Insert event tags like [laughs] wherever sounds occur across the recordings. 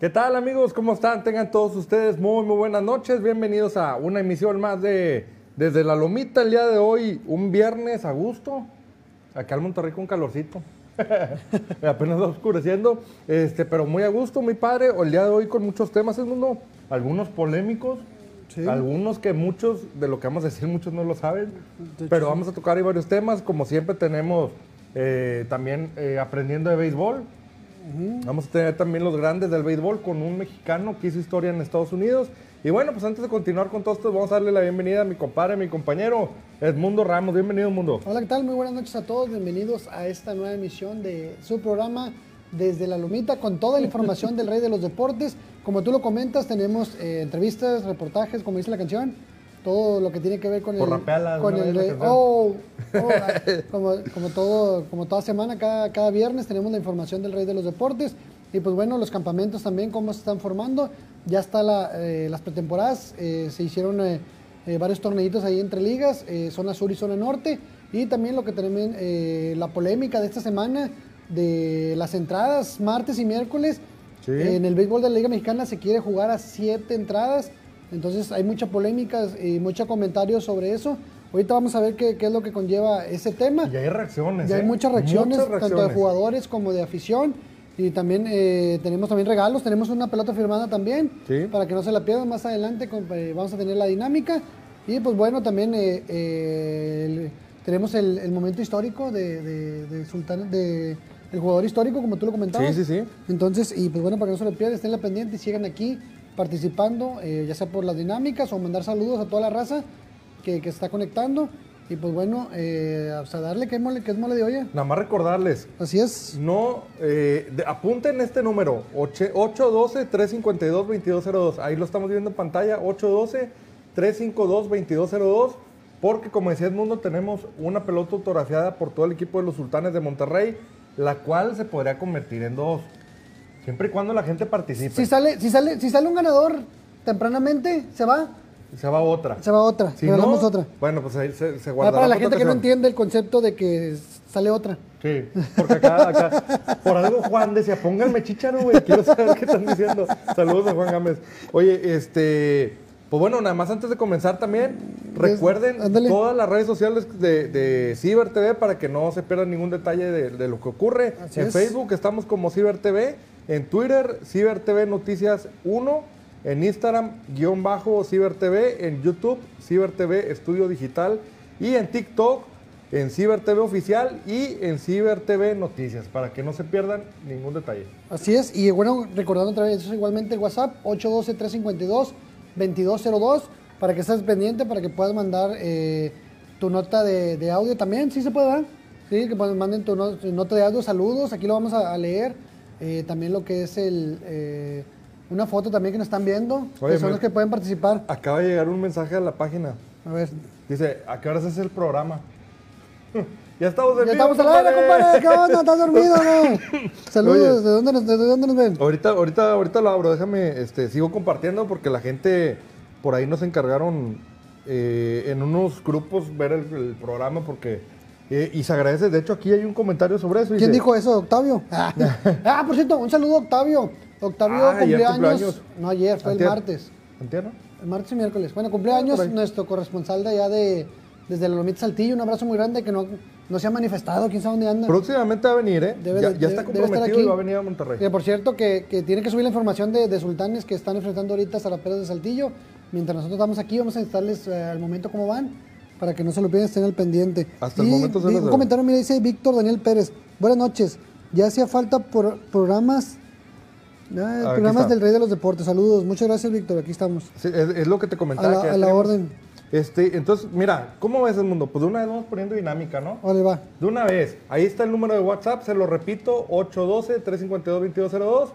¿Qué tal amigos? ¿Cómo están? Tengan todos ustedes muy, muy buenas noches. Bienvenidos a una emisión más de Desde la Lomita el día de hoy, un viernes a gusto. Acá en Monterrey con calorcito. [laughs] Apenas va oscureciendo, este, pero muy a gusto, mi padre. El día de hoy con muchos temas, es mundo, algunos polémicos, Sí. algunos que muchos de lo que vamos a decir, muchos no lo saben. De Pero hecho, vamos a tocar ahí varios temas. Como siempre tenemos eh, también eh, aprendiendo de béisbol. Vamos a tener también los grandes del béisbol con un mexicano que hizo historia en Estados Unidos. Y bueno, pues antes de continuar con todo esto, vamos a darle la bienvenida a mi compadre, mi compañero, Edmundo Ramos. Bienvenido, Mundo. Hola, ¿qué tal? Muy buenas noches a todos. Bienvenidos a esta nueva emisión de su programa desde la Lomita con toda la información del Rey de los Deportes. Como tú lo comentas, tenemos eh, entrevistas, reportajes, como dice la canción, todo lo que tiene que ver con Pues el rapéala de con una el vez la Rey- canción. Oh, oh, ah, como, como todo, como toda semana, cada, cada viernes tenemos la información del Rey de los Deportes. Y pues bueno, los campamentos también, cómo se están formando. Ya está la, eh, las pretemporadas, eh, se hicieron eh, eh, varios torneitos ahí entre ligas, eh, zona sur y zona norte. Y también lo que tenemos, eh, la polémica de esta semana de las entradas martes y miércoles. Sí. En el béisbol de la Liga Mexicana se quiere jugar a siete entradas, entonces hay mucha polémica y mucho comentario sobre eso. Ahorita vamos a ver qué, qué es lo que conlleva ese tema. Y hay reacciones. Ya hay ¿eh? muchas reacciones, Muchas tanto de reacciones. jugadores como de afición. Y también eh, tenemos también regalos, tenemos una pelota firmada también, Sí. para que no se la pierdan más adelante, con- eh, vamos a tener la dinámica. Y pues bueno, también eh, eh, el- tenemos el, el momento histórico de, de, de Sultán, de, el jugador histórico, como tú lo comentabas. Sí, sí, sí. Entonces, y pues bueno, para que no se lo pierdan, estén la pendiente y sigan aquí participando, eh, ya sea por las dinámicas o mandar saludos a toda la raza que, que está conectando. Y pues bueno, eh, o sea, darle que es mole, que es mole de olla. Nada más recordarles, Así es. No, eh, de- apunten este número, oche- 812-352-2202. Ahí lo estamos viendo en pantalla, 812-352-2202. Porque como decía Edmundo, tenemos una pelota autografiada por todo el equipo de los Sultanes de Monterrey, la cual se podría convertir en dos. Siempre y cuando la gente participe. Si sale, si sale, si sale un ganador tempranamente, se va, Se va otra. se va otra, Si regalamos no, otra. Bueno, pues ahí se, se Ah, guardará para la para gente que no otra ocasión. entiende el concepto de que sale otra. Sí, porque acá, acá, por algo Juan decía, pónganme chicharo, güey, quiero saber qué están diciendo. Saludos a Juan Gámez. Oye, este, pues bueno, nada más antes de comenzar también, recuerden ándale. todas las redes sociales de, de Ciber TV para que no se pierdan ningún detalle de, de lo que ocurre. Así en es. Facebook estamos como Ciber TV, en Twitter, Ciber TV Noticias 1. En Instagram, guión bajo Ciber TV, en YouTube, Ciber TV Estudio Digital y en TikTok, en Ciber TV Oficial y en Ciber TV Noticias, para que no se pierdan ningún detalle. Así es, y bueno, recordando otra vez, eso es igualmente el WhatsApp, 812-352-2202, para que estés pendiente, para que puedas mandar eh, tu nota de, de audio también, sí se puede, ¿verdad? Sí, que puedas- manden tu, no- tu nota de audio, saludos, aquí lo vamos a, a leer, eh, también lo que es el, eh, una foto también que nos están viendo, Oye, que son me- los que pueden participar. Acaba de llegar un mensaje a la página. A ver, Dice, ¿a qué horas es el programa? [laughs] ya estamos en vivo, ya estamos al aire, compadre, ¿qué onda? ¿Estás dormido, no? Saludos, Oye. ¿de dónde nos, de dónde nos ven? Ahorita, ahorita, ahorita lo abro, déjame, este, sigo compartiendo porque la gente por ahí nos encargaron eh, en unos grupos ver el, el programa porque eh, y se agradece. De hecho, aquí hay un comentario sobre eso. ¿Quién dice, dijo [laughs] eso, Octavio? Ah, por cierto, un saludo a Octavio. Octavio Ah, ayer cumpleaños. cumpleaños. No, ayer, fue Antier. Ah, el martes. ¿Antier, no? El martes y miércoles. Bueno, cumpleaños Por ahí. nuestro corresponsal de allá de desde la Lomita Saltillo. Un abrazo muy grande que no, no se ha manifestado, quién sabe dónde anda. Próximamente va a venir, ¿eh? Debe ya, de- ya está debe- debe estar comprometido y aquí. Em, va a venir a Monterrey. Que por cierto, que, que tiene que subir la información de, de sultanes que están enfrentando ahorita zaraperos de Saltillo. Mientras nosotros estamos aquí, vamos a estarles eh, al momento cómo van, para que no se lo pierdan, estén al pendiente. Hasta el momento se di- los Un debe. comentario, mira, dice Víctor Daniel Pérez. Buenas noches. Ya hacía falta por programas, eh, aquí programas está. del Rey de los Deportes. Saludos. Muchas gracias, Víctor. Aquí estamos. Sí, es, es lo que te comentaba. A la- que ya a la tenemos. orden. Este, entonces, mira, ¿cómo ves el mundo? Pues de una vez vamos poniendo dinámica, ¿no? Órale, va. De una vez, ahí está el número de WhatsApp, se lo repito, 812-352-2202.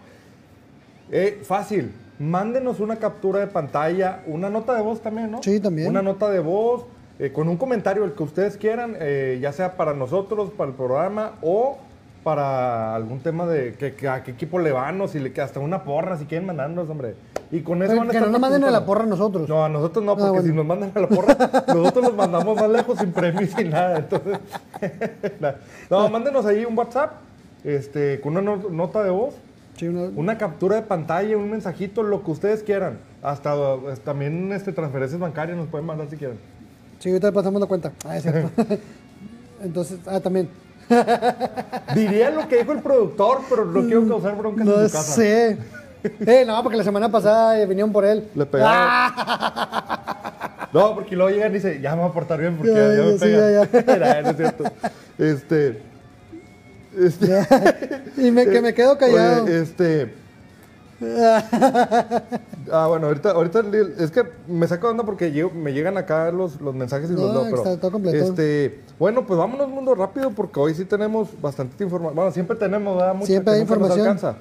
Eh, fácil, mándenos una captura de pantalla, una nota de voz también, ¿no? Sí, también. Una nota de voz, eh, con un comentario, el que ustedes quieran, eh, ya sea para nosotros, para el programa o para algún tema de que, que a qué equipo le van o si le, que hasta una porra, si quieren mandarnos, hombre. Y con eso Pero van a que no estar nos manden a la participando. porra a nosotros. No, a nosotros no, porque Ah, bueno. si nos mandan a la porra, nosotros los mandamos más lejos sin premio y sin nada. Entonces, [laughs] no, mándenos ahí un WhatsApp este, con una no- nota de voz Sí, una- Una captura de pantalla, un mensajito, lo que ustedes quieran. Hasta pues, también este, transferencias bancarias nos pueden mandar si quieren. Sí, ahorita le pasamos la cuenta. Ah, [laughs] es cierto. Entonces, ah, también. Diría lo que dijo el productor, pero no quiero causar broncas en Mm, No su casa. sé. Eh, no, porque la semana pasada eh, vinieron por él. Le pegaron. [laughs] No, porque luego llegan y dicen, ya me voy a portar bien porque Ya, ya, me ya, sí, ya, pegan. [laughs] Era, no es cierto. Este. Este. Ah, Y me, que me quedo callado. Eh, Oye, [laughs] este. ah, bueno, ahorita, ahorita li- es que me saco de onda porque llego- me llegan acá los, los mensajes y No, los leo, pero, está todo completo. Este, bueno, pues vámonos mundo rápido porque hoy sí tenemos bastante información. Bueno, siempre tenemos, ¿verdad? Mucha Siempre que hay nunca nos información. alcanza.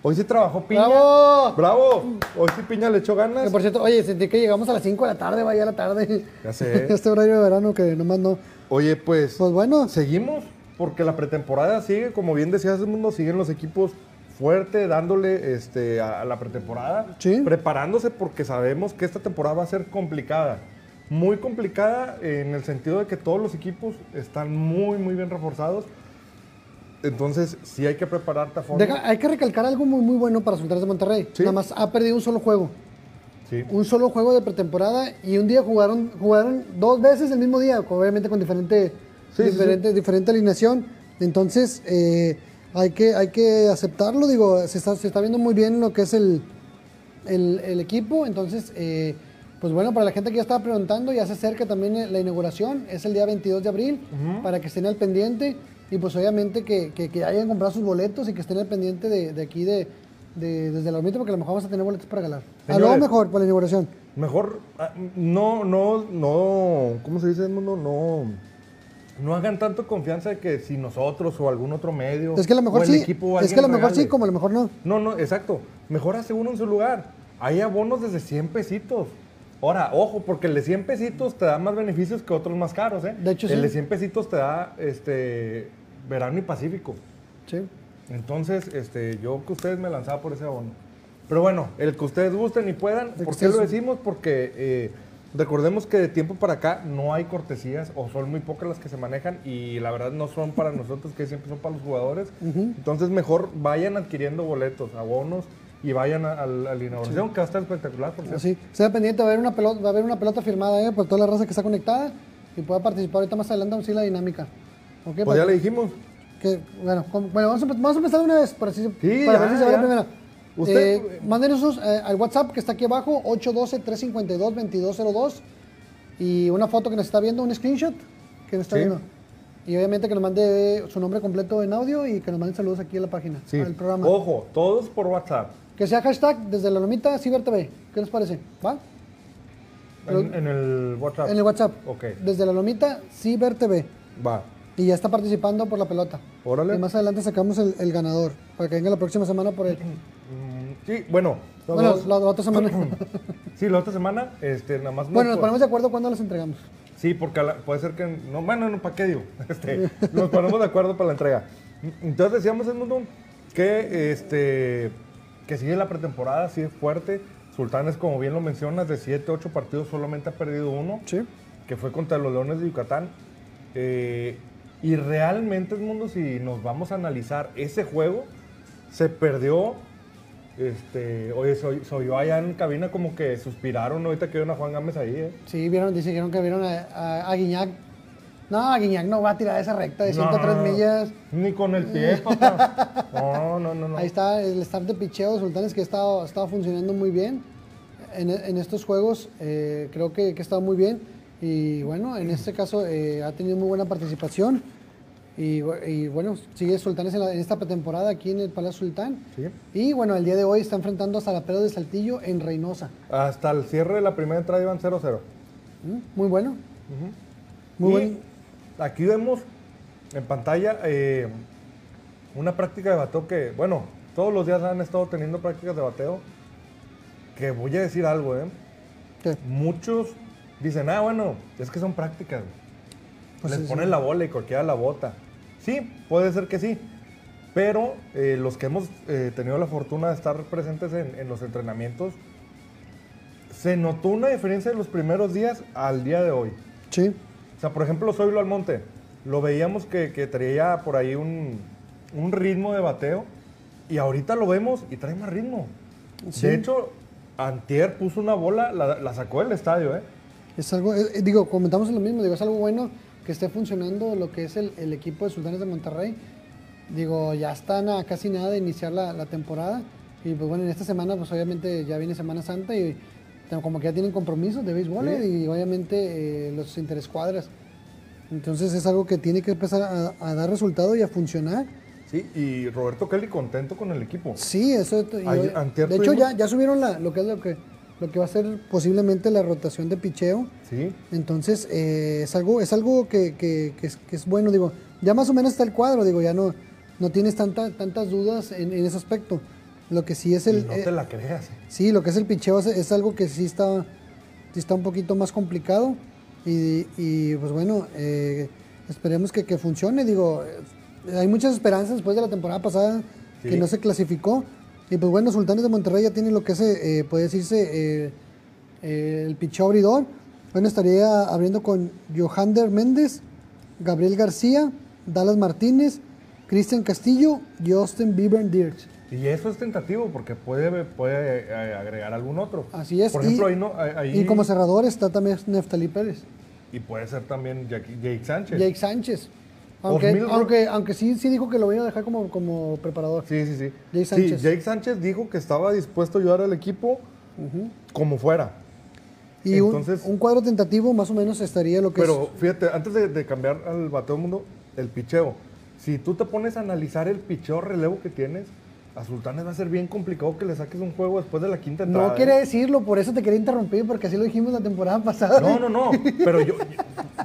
Hoy sí trabajó Piña. ¡Bravo! ¡Bravo! Hoy sí Piña le echó Que ganas. por cierto, oye, sentí que llegamos a las 5 de la tarde, vaya a la tarde. Ya sé. [laughs] Este horario de verano que nomás no. Oye, pues, Pues bueno, seguimos porque la pretemporada sigue, como bien decías, el mundo siguen los equipos fuerte dándole este a, a la pretemporada, Sí. preparándose porque sabemos que esta temporada va a ser complicada. Muy complicada en el sentido de que todos los equipos están muy muy bien reforzados. Entonces, sí hay que prepararte a fondo. deja- hay que recalcar algo muy, muy bueno para Sultanes de Monterrey. Sí. Nada más ha perdido un solo juego. Sí. Un solo juego de pretemporada y un día jugaron, jugaron dos veces el mismo día, obviamente con diferente, Sí, sí, diferente, diferente alineación. Entonces, eh, hay, que, hay que aceptarlo. Digo, se está, se está viendo muy bien lo que es el, el, el equipo. Entonces, eh, pues bueno, para la gente que ya estaba preguntando, ya se acerca también eh, la inauguración. Es el día 22 de abril, para que estén al pendiente. Y pues obviamente que, que- que hayan comprado sus boletos y que estén al pendiente de, de aquí, de, de- desde la Omita, porque a lo mejor vamos a tener boletos para regalar. A lo Señores. mejor, para la inauguración. Mejor ah, no, no, no, ¿cómo se dice Edmundo? No, no hagan tanto confianza de que si nosotros o algún otro medio Es que a lo mejor o el sí, equipo o es que a lo alguien mejor sí, regale. como a lo mejor no. No, no, exacto. Mejor hace uno en su lugar. Hay abonos desde 100 pesitos. Ahora, ojo, porque el de 100 pesitos te da más beneficios que otros más caros, ¿eh? De hecho, El sí. de 100 pesitos te da este verano y Pacífico. Sí. Entonces, este, yo que ustedes me lanzaba por ese abono. Pero bueno, el que ustedes gusten y puedan. que ¿Por qué ustedes- lo decimos? Porque eh, recordemos que de tiempo para acá no hay cortesías o son muy pocas las que se manejan y la verdad no son para nosotros, que siempre son para los jugadores. Entonces, mejor vayan adquiriendo boletos, abonos y vayan a, a la a la inauguración, que va a estar espectacular. Por cierto. Así, sea pendiente, va a haber una pelota, va a haber una pelota firmada eh, por toda la raza que está conectada y pueda participar ahorita más adelante, sí, la dinámica. ¿Ok? Pues Para- ya le dijimos. que, bueno, como- bueno, vamos, a, vamos a empezar de una vez para, así- Sí, ya, para ver si se va la ya. primera. Usted- Eh, mándenos sus, eh, al WhatsApp que está aquí abajo, 812-352-2202. Y una foto que nos está viendo, un screenshot que nos está Sí. viendo. Y obviamente que nos mande su nombre completo en audio y que nos manden saludos aquí a la página, Sí. Oh. al programa. Ojo, todos por WhatsApp. Que sea hashtag desde la lomita CiberTV. ¿Qué les parece? ¿Va? Pero- En, en el WhatsApp. En el WhatsApp. Ah. Ok. Desde la lomita CiberTV. Va. Y ya está participando por la pelota. Órale. Y más adelante sacamos el, el ganador. Para que venga la próxima semana por él. Mm, sí, bueno. los Bueno, dos- la, la [clears throat] otra semana. Sí, la otra semana, este, nada más. nos bueno, nos pon- ponemos de acuerdo cuándo las entregamos. Sí, porque a la- puede ser que. No, bueno, no, ¿para qué digo? [laughs] Este, nos ponemos de acuerdo para la entrega. Entonces decíamos, Edmundo, que, este, que sigue la pretemporada, sigue fuerte. Sultanes, como bien lo mencionas, de 7, 8 partidos solamente ha perdido uno, Sí. que fue contra los Leones de Yucatán. Eh, y realmente, Edmundo, si nos vamos a analizar ese juego, se perdió. Este, oye, soy, soy yo allá en cabina como que suspiraron ahorita que vieron a Juan Gámez ahí, ¿eh? Sí, vieron, dice, dijeron que vieron a, a, a Guiñac. No, a Guiñac no va a tirar esa recta de 103 No, millas. Ni con el pie, papá. [laughs] No, no, no, no. Ahí está el staff de picheo de Sultanes que ha estado, ha estado funcionando muy bien en, en estos juegos. eh, creo que, que ha estado muy bien. Y bueno, en este caso eh, ha tenido muy buena participación. Y, bu- y bueno, sigue Sultanes en, la- en esta pretemporada aquí en el Palacio Sultán. Sí. Y bueno, el día de hoy está enfrentando a Zarapero de Saltillo en Reynosa. Hasta el cierre de la primera entrada iban 0-0. Mm, Muy bueno. Muy Y buen- Aquí vemos en pantalla eh, una práctica de bateo que, bueno, todos los días han estado teniendo prácticas de bateo. Que voy a decir algo, ¿eh? ¿Qué? Muchos dicen, ah, bueno, es que son prácticas. güey". Pues Les sí, ponen la bola y cualquiera la bota. Sí, puede ser que sí. Pero eh, los que hemos eh, tenido la fortuna de estar presentes en, en los entrenamientos, se notó una diferencia de los primeros días al día de hoy. Sí. O sea, por ejemplo, Zoilo Almonte, lo veíamos que, que traía por ahí un, un ritmo de bateo Y ahorita lo vemos y trae más ritmo. Sí. De hecho, Antier puso una bola, la, la sacó del estadio, ¿eh? Es algo, eh, digo, comentamos lo mismo, digo, es algo bueno que esté funcionando lo que es el, el equipo de Sultanes de Monterrey. Digo, ya están a casi nada de iniciar la, la temporada. Y pues bueno, en esta semana, pues obviamente ya viene Semana Santa y tengo- como que ya tienen compromisos de béisbol Sí. y obviamente eh, los interescuadras. Entonces es algo que tiene que empezar a, a dar resultado y a funcionar. Sí, y Roberto Kelly contento con el equipo. Sí, eso. y- Ayer- antier de hecho, tuvimos- ya, ya subieron la, lo que es lo que, lo que va a ser posiblemente la rotación de picheo. Sí. Entonces, eh, es algo, es algo que, que- que es, que es bueno, digo, ya más o menos está el cuadro, digo, ya no, no tienes tanta, tantas dudas en, en ese aspecto. Lo que sí es y el no eh, te la creas. ¿eh? sí, lo que es el picheo es, es algo que sí está, sí está un poquito más complicado. Y, y, pues bueno, eh, esperemos que, que funcione. Digo, eh, hay muchas esperanzas después de la temporada pasada Sí. que no se clasificó. Y pues bueno, Sultanes de Monterrey ya tiene lo que es, eh, puede decirse, eh, eh, el picheo abridor. Bueno, estaría abriendo con Johander Méndez, Gabriel García, Dallas Martínez, Cristian Castillo y Austin Bieber Dirks. Y eso es tentativo porque puede, puede eh, agregar algún otro. Así es. Por y- ejemplo, ahí no. ahí- ahí- Y como cerrador está también Neftalí Pérez, y puede ser también Jackie- Jake Sánchez. Jake Sánchez. Aunque, Osmil- aunque, aunque sí, sí dijo que lo iba a dejar como, como preparador. Sí, sí, sí. Sí, Jake Sánchez. Jake Sánchez dijo que estaba dispuesto a ayudar al equipo como fuera. Y un- Entonces- un, cuadro tentativo más o menos estaría lo que es. Pero fíjate, antes de, de cambiar al bateo mundo, el picheo. Si tú te pones a analizar el picheo relevo que tienes, a Sultanes va a ser bien complicado que le saques un juego después de la quinta entrada. No ¿eh? quiere decirlo, por eso te quería interrumpir, porque así lo dijimos la temporada [laughs] pasada. No, no, no. Pero yo, yo-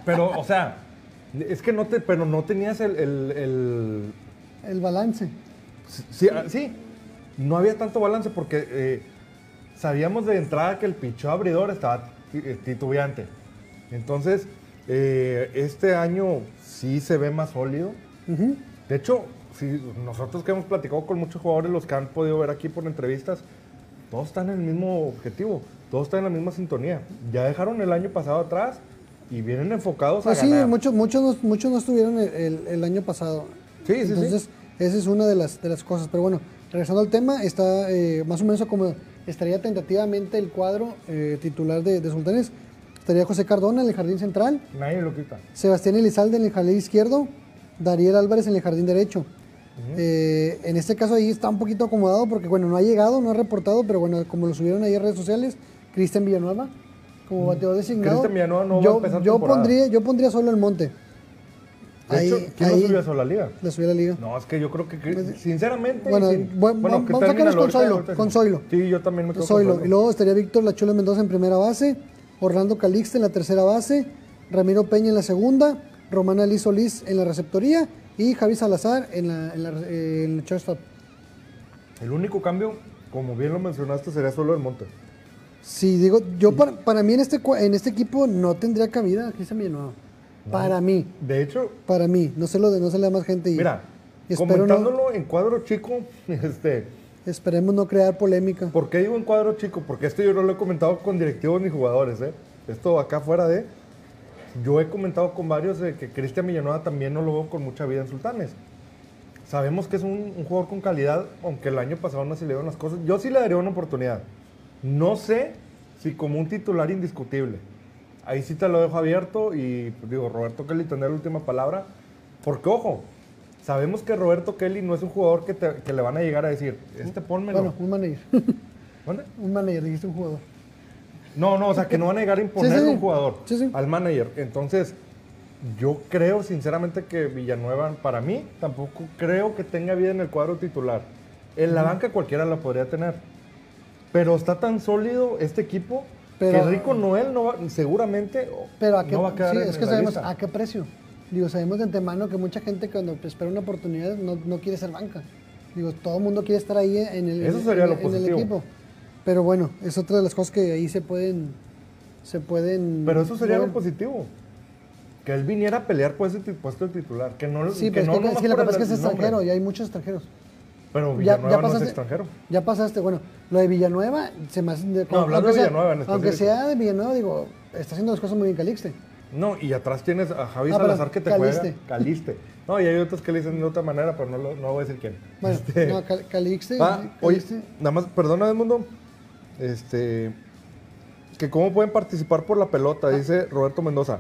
pero, o sea, es que no te, pero no tenías el, el- el- El balance. sí, ah, sí, no había tanto balance porque eh, sabíamos de entrada que el picheo abridor estaba ti- eh, titubeante. Entonces, eh, este año sí se ve más sólido. Ujú. De hecho, si nosotros que hemos platicado con muchos jugadores, los que han podido ver aquí por entrevistas, todos están en el mismo objetivo, todos están en la misma sintonía. Ya dejaron el año pasado atrás y vienen enfocados Pues a sí, ganar. muchos, muchos, no, muchos no estuvieron el, el- el año pasado. Sí, sí, sí. Entonces, esa es una de las, de las cosas. Pero bueno, regresando al tema, está eh, más o menos como estaría tentativamente el cuadro eh, titular de, de Sultanes. Estaría José Cardona en el jardín central, Nadie lo quita. Sebastián Elizalde en el jardín izquierdo, Dariel Álvarez en el jardín derecho. Eh, en este caso ahí está un poquito acomodado porque, bueno, no ha llegado, no ha reportado, pero bueno, como lo subieron ahí en redes sociales, Cristian Villanueva como bateador designado. Cristian Villanueva no va a yo, empezar yo temporada. pondría, yo pondría solo el monte. De Ahí- hecho, ¿quién ahí no subió eso a la liga? La subió a la liga. No, es que yo creo que, que- sinceramente... Pues, Bueno, sin- bueno, vamos- que vamos a quedarnos con termínalo, Zoilo, ahorita- con Zoilo. Sí, yo también me quedo con Zoilo. Zoilo. Y luego estaría Víctor Lachula Mendoza en primera base, Orlando Calixte en la tercera base, Ramiro Peña en la segunda, Romana Liz Solís en la receptoría y Javi Salazar en la, en la, eh, en el shortstop. El único cambio, como bien lo mencionaste, sería solo el monte. Sí, digo, yo para, para mí en este, cua- en este equipo no tendría cabida Cristian Villanueva. Para mí, De hecho, para mí. No se lo de, no se le da más gente. Y, mira, y espero no, comentándolo en cuadro chico, [laughs] este... esperemos no crear polémica. ¿Por qué digo en cuadro chico? Porque esto yo no lo he comentado con directivos ni jugadores, ¿eh? Esto acá fuera de... Yo he comentado con varios de que Cristian Villanueva también no lo veo con mucha vida en Sultanes. Sabemos que es un, un jugador con calidad, aunque el año pasado no se le dieron las cosas. Yo sí le daría una oportunidad. No sé si como un titular indiscutible. Ahí sí te lo dejo abierto y pues, digo, Roberto Kelly tendrá la última palabra. Porque, ojo, sabemos que Roberto Kelly no es un jugador que, te- que le van a llegar a decir, este pónmelo. Bueno, un manager. [laughs] ¿Dónde? un manager, dijiste un jugador. No, no, o sea, que no van a llegar a imponerle Sí, sí. a un jugador, Sí, sí. al manager. Entonces, yo creo sinceramente que Villanueva, para mí, tampoco creo que tenga vida en el cuadro titular. En la banca cualquiera la podría tener. Pero está tan sólido este equipo Pero- que Rico Noel no va- seguramente o- Pero a qué, no va a quedar sí, en es que la sabemos lista. a qué precio. Digo, sabemos de antemano que mucha gente cuando pues, espera una oportunidad no, no quiere ser banca. Digo, todo el mundo quiere estar ahí en el, Eso sería en- lo en el positivo. equipo. Pero bueno, es otra de las cosas que ahí se pueden... Se pueden Pero eso sería mover. lo positivo. Que él viniera a pelear por ese ti- puesto de titular. Que no Sí, que pero no es que, es nomás que lo que por pasa es el que es nombre. extranjero y hay muchos extranjeros. Pero Ya- ya Villanueva no es pasaste- extranjero. Ya pasaste, bueno, lo de Villanueva se me hace... hablando aunque de sea- Villanueva en Aunque específico. sea de Villanueva, digo, está haciendo las cosas muy bien Calixte. No, y atrás tienes a Javi Ah, pero Salazar que te Caliste. juega. Caliste. No, y hay otros que le dicen de otra manera, pero no, lo- no voy a decir quién. Bueno, Este, no, Cal- Calixte. ah, oye, Calixte. nada más, perdona, Edmundo. Este. Que cómo pueden participar por la pelota, dice Roberto Mendoza.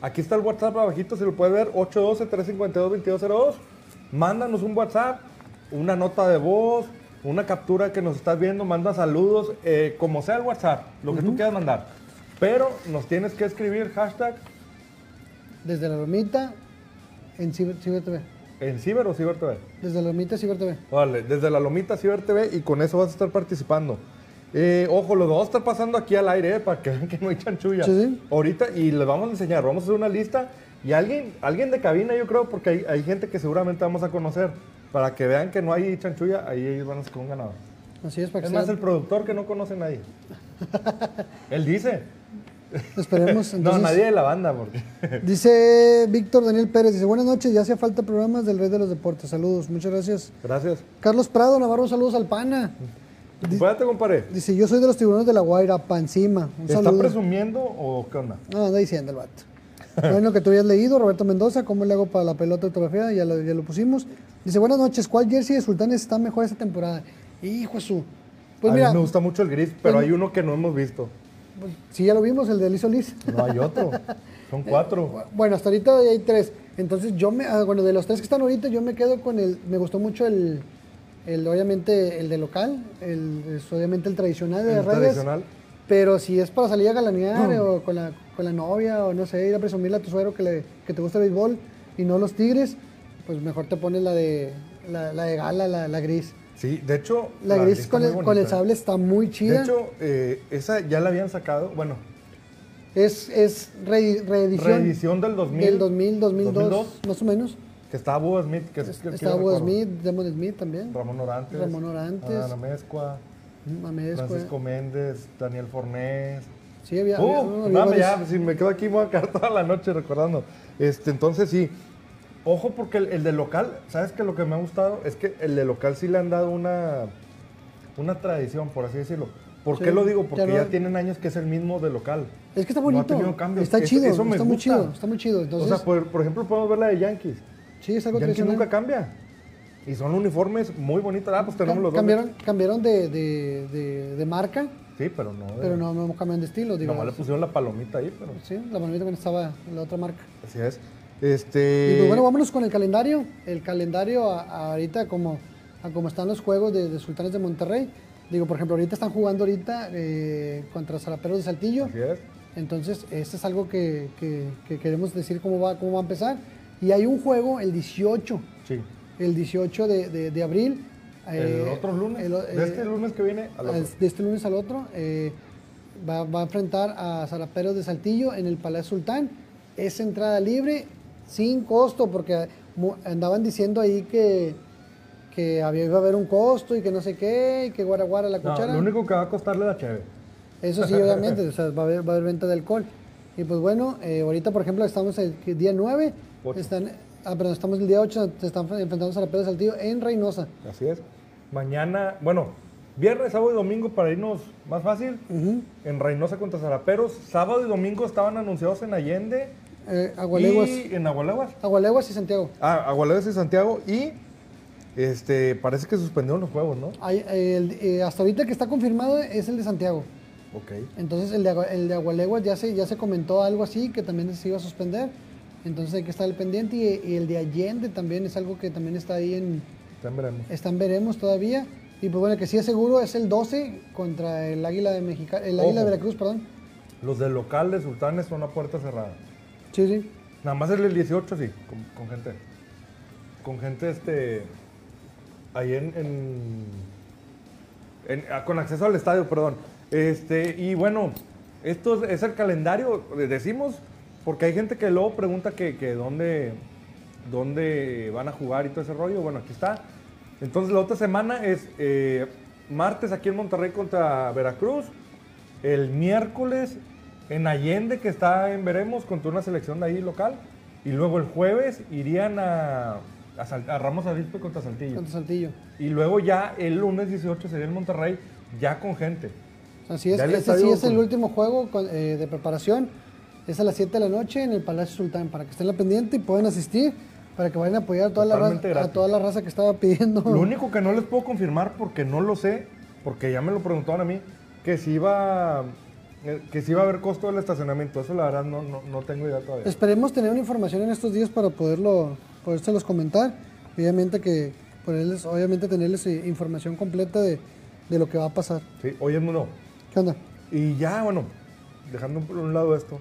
Aquí está el WhatsApp abajito, si lo puedes ver, 812-352-2202. Mándanos un WhatsApp, una nota de voz, una captura que nos estás viendo, manda saludos, eh, como sea el WhatsApp, lo que tú quieras mandar. Pero nos tienes que escribir hashtag Desde la Lomita en Ciber, Ciber TV. en Ciber o Ciber TV. Desde la Lomita Ciber TV. Vale, desde la Lomita Ciber TV y con eso vas a estar participando. Eh, ojo, los vamos a estar pasando aquí al aire eh, para que [laughs] vean que no hay chanchulla. Sí, sí. Ahorita y les vamos a enseñar, vamos a hacer una lista y alguien, alguien de cabina yo creo porque hay, hay gente que seguramente vamos a conocer. Para que vean que no hay chanchulla, ahí ellos van a ser un ganador. Así es, para que Es más, sea- el productor que no conoce a [laughs] nadie. Él dice. [laughs] Esperemos. no, Entonces, nadie de la banda. Porque... [laughs] Dice Víctor Daniel Pérez, dice, buenas noches, ya hacía falta programas del Rey de los Deportes. Saludos, muchas gracias. Gracias. Carlos Prado Navarro, saludos al pana. Di- Espérate, compadre. Dice, yo soy de los tiburones de la Guaira, pancima. Un ¿Está saludo. presumiendo o qué onda? No, anda diciendo el vato. Bueno, que tú habías leído, Roberto Mendoza, ¿cómo le hago para la pelota autografiada? Ya lo, ya lo pusimos. Dice, buenas noches, ¿cuál jersey de Sultanes está mejor esta temporada? Hijo de su. Pues a mira, mí me gusta mucho el gris, pero pues- hay uno que no hemos visto. si ya lo vimos, el de Liz Solís. No hay otro. Son cuatro. Eh, Bueno, hasta ahorita ya hay tres. Entonces yo me, ah, bueno, de los tres que están ahorita, yo me quedo con el, me gustó mucho el, el obviamente el de local, el, es obviamente el tradicional de El las redes. tradicional. Mm. Pero si es para salir a galanear o con la, con la novia o no sé, ir a presumirle a tu suegro que, le, que te gusta el béisbol y no los tigres, pues mejor te pones la de, la, la de gala, la, la gris. Sí, de hecho. La, gris está con muy el, con bonita. el sable está muy De chida. hecho, eh, esa ya la habían sacado. Bueno, es es re- reedición, reedición del 2000. del 2000, 2002, 2002, más o menos. Que estaba Bubba Smith. Que, que- que Está no Bob recuerdo. Smith, Demon Smith también. Ramón Orantes. Ramón Orantes. Ana Mezcua. Mamesco. Francisco Méndez. Daniel Fornés. Sí, había. había- Uh, había dame varios. ya, si me quedo aquí me voy a quedar toda la noche recordando. Este, entonces sí, ojo porque el, el de local, ¿sabes que Lo que me ha gustado es que el de local sí le han dado una, una tradición, por así decirlo. ¿Por Sí, qué lo digo? ya Porque no- ya, tienen años que es el mismo de local. Es que está No ha bonito. tenido cambios. Está Eso- chido, eso me está muy gusta. chido, está muy chido. Entonces, o sea, por, por ejemplo, podemos ver la de Yankees. sí, es algo Yankees tradicional. nunca cambia. Y son uniformes muy bonitos. Ah, pues tenemos los dos. cambiaron cambiaron de, de, de, de marca, Sí, pero no. pero no, no cambiaron de estilo. Digo, Nomás le pusieron la palomita ahí, pero sí, la manita que estaba en la otra marca. así es. Este... Y pues bueno, vámonos con el calendario. El calendario a- a ahorita como, a como están los juegos de, de Sultanes de Monterrey. Digo, por ejemplo, ahorita están jugando ahorita eh, contra Zaraperos de Saltillo. Así es. Entonces, esto es algo que, que- que queremos decir cómo va, cómo va a empezar. Y hay un juego el 18, Sí. el 18 de, de- de abril. El eh, otro lunes. el o- de este eh, lunes que viene al otro. al- de este lunes al otro. eh, va, va a enfrentar a Zaraperos de Saltillo en el Palacio Sultán. Es entrada libre, sin costo, porque mu- andaban diciendo ahí que, que había, iba a haber un costo y que no sé qué, y que guara guara la No, cuchara. lo único que va a costarle la cheve. Eso sí, obviamente, o sea, va a haber, va a haber venta de alcohol. Y pues bueno, eh, ahorita por ejemplo estamos el que- día 9, Ocho. están, ah, perdón, estamos el día 8, se están enfrentando a la Pedro Saltillo en Reynosa. Así es. Mañana, bueno, viernes, sábado y domingo para irnos más fácil. En Reynosa contra Zaraperos. Sábado y domingo estaban anunciados en Allende. Eh, Agualeguas, Y en Agualeguas. Agualeguas y Santiago. Ah, Agualeguas y Santiago. Y este, parece que suspendieron los juegos, ¿no? Hay- el- eh, hasta ahorita el que está confirmado es el de Santiago. Ok. Entonces el de, Agua- el de Agualeguas ya se, ya se comentó algo así que también se iba a suspender. Entonces hay que estar al pendiente. Y, y el de Allende también es algo que también está ahí en, Ya veremos. Están veremos todavía. Y pues bueno, el que sí es seguro es el 12 contra el Águila de Mexica, el Águila de Ojo. Veracruz, perdón. Los de local de Sultanes son a puerta cerrada. Sí, sí. Nada más el del 18, sí, con, con gente. Con gente, este. Ahí en. en- en- ah, con acceso al estadio, perdón. Este, y bueno, esto es, es el calendario, le decimos, porque hay gente que luego pregunta que, que dónde, dónde van a jugar y todo ese rollo. Bueno, aquí está. Entonces, la otra semana es eh, martes aquí en Monterrey contra Veracruz. El miércoles en Allende, que está en Veremos, contra una selección de ahí local. Y luego el jueves irían a, a, Sal- a Ramos Arizpe contra Saltillo. Contra Saltillo. Y luego ya el lunes 18 sería el Monterrey, ya con gente. Así es. Ya el Ese sí estadio es el con- último juego con- eh, de preparación. Es a las 7 de la noche en el Palacio Sultán, para que estén la pendiente y puedan asistir, para que vayan a apoyar a toda, la Totalmente raza, a gratis. toda la raza que estaba pidiendo. Lo único que no les puedo confirmar porque no lo sé, porque ya me lo preguntaron a mí, que si iba, eh, que si iba a haber costo del estacionamiento. Eso la verdad no, no, no tengo idea todavía. Esperemos tener una información en estos días para poderlo, podérselos comentar. Obviamente que poderles, obviamente tenerles eh, información completa de, de lo que va a pasar. Sí, oye, no. ¿Qué onda? Y ya, bueno, dejando por un lado esto,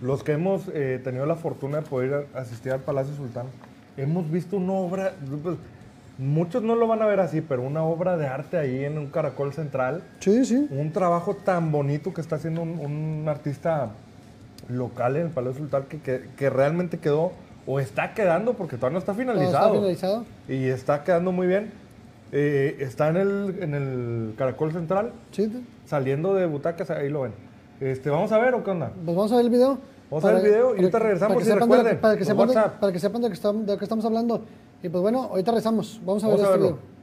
los que hemos eh, tenido la fortuna de poder a- asistir al Palacio Sultán, hemos visto una obra, pues, muchos no lo van a ver así, pero una obra de arte ahí en un caracol central. Sí, sí. un trabajo tan bonito que está haciendo un, un artista local en el Palacio Sultán que, que- que realmente quedó o está quedando porque todavía no está Todo Oh, está finalizado finalizado. y está quedando muy bien. Eh, está en el, en el Caracol Central, Sí, te- saliendo de butacas, ahí lo ven. Este, ¿Vamos a ver o qué onda? Pues vamos a ver el video. Vamos a ver el video y ahorita regresamos que y sepan de lo que- recuerden, para, que por sepan de, WhatsApp. para que sepan de lo que, estamos, de lo que estamos hablando. Y pues bueno, ahorita regresamos. Vamos a Vamos ver a este verlo. video.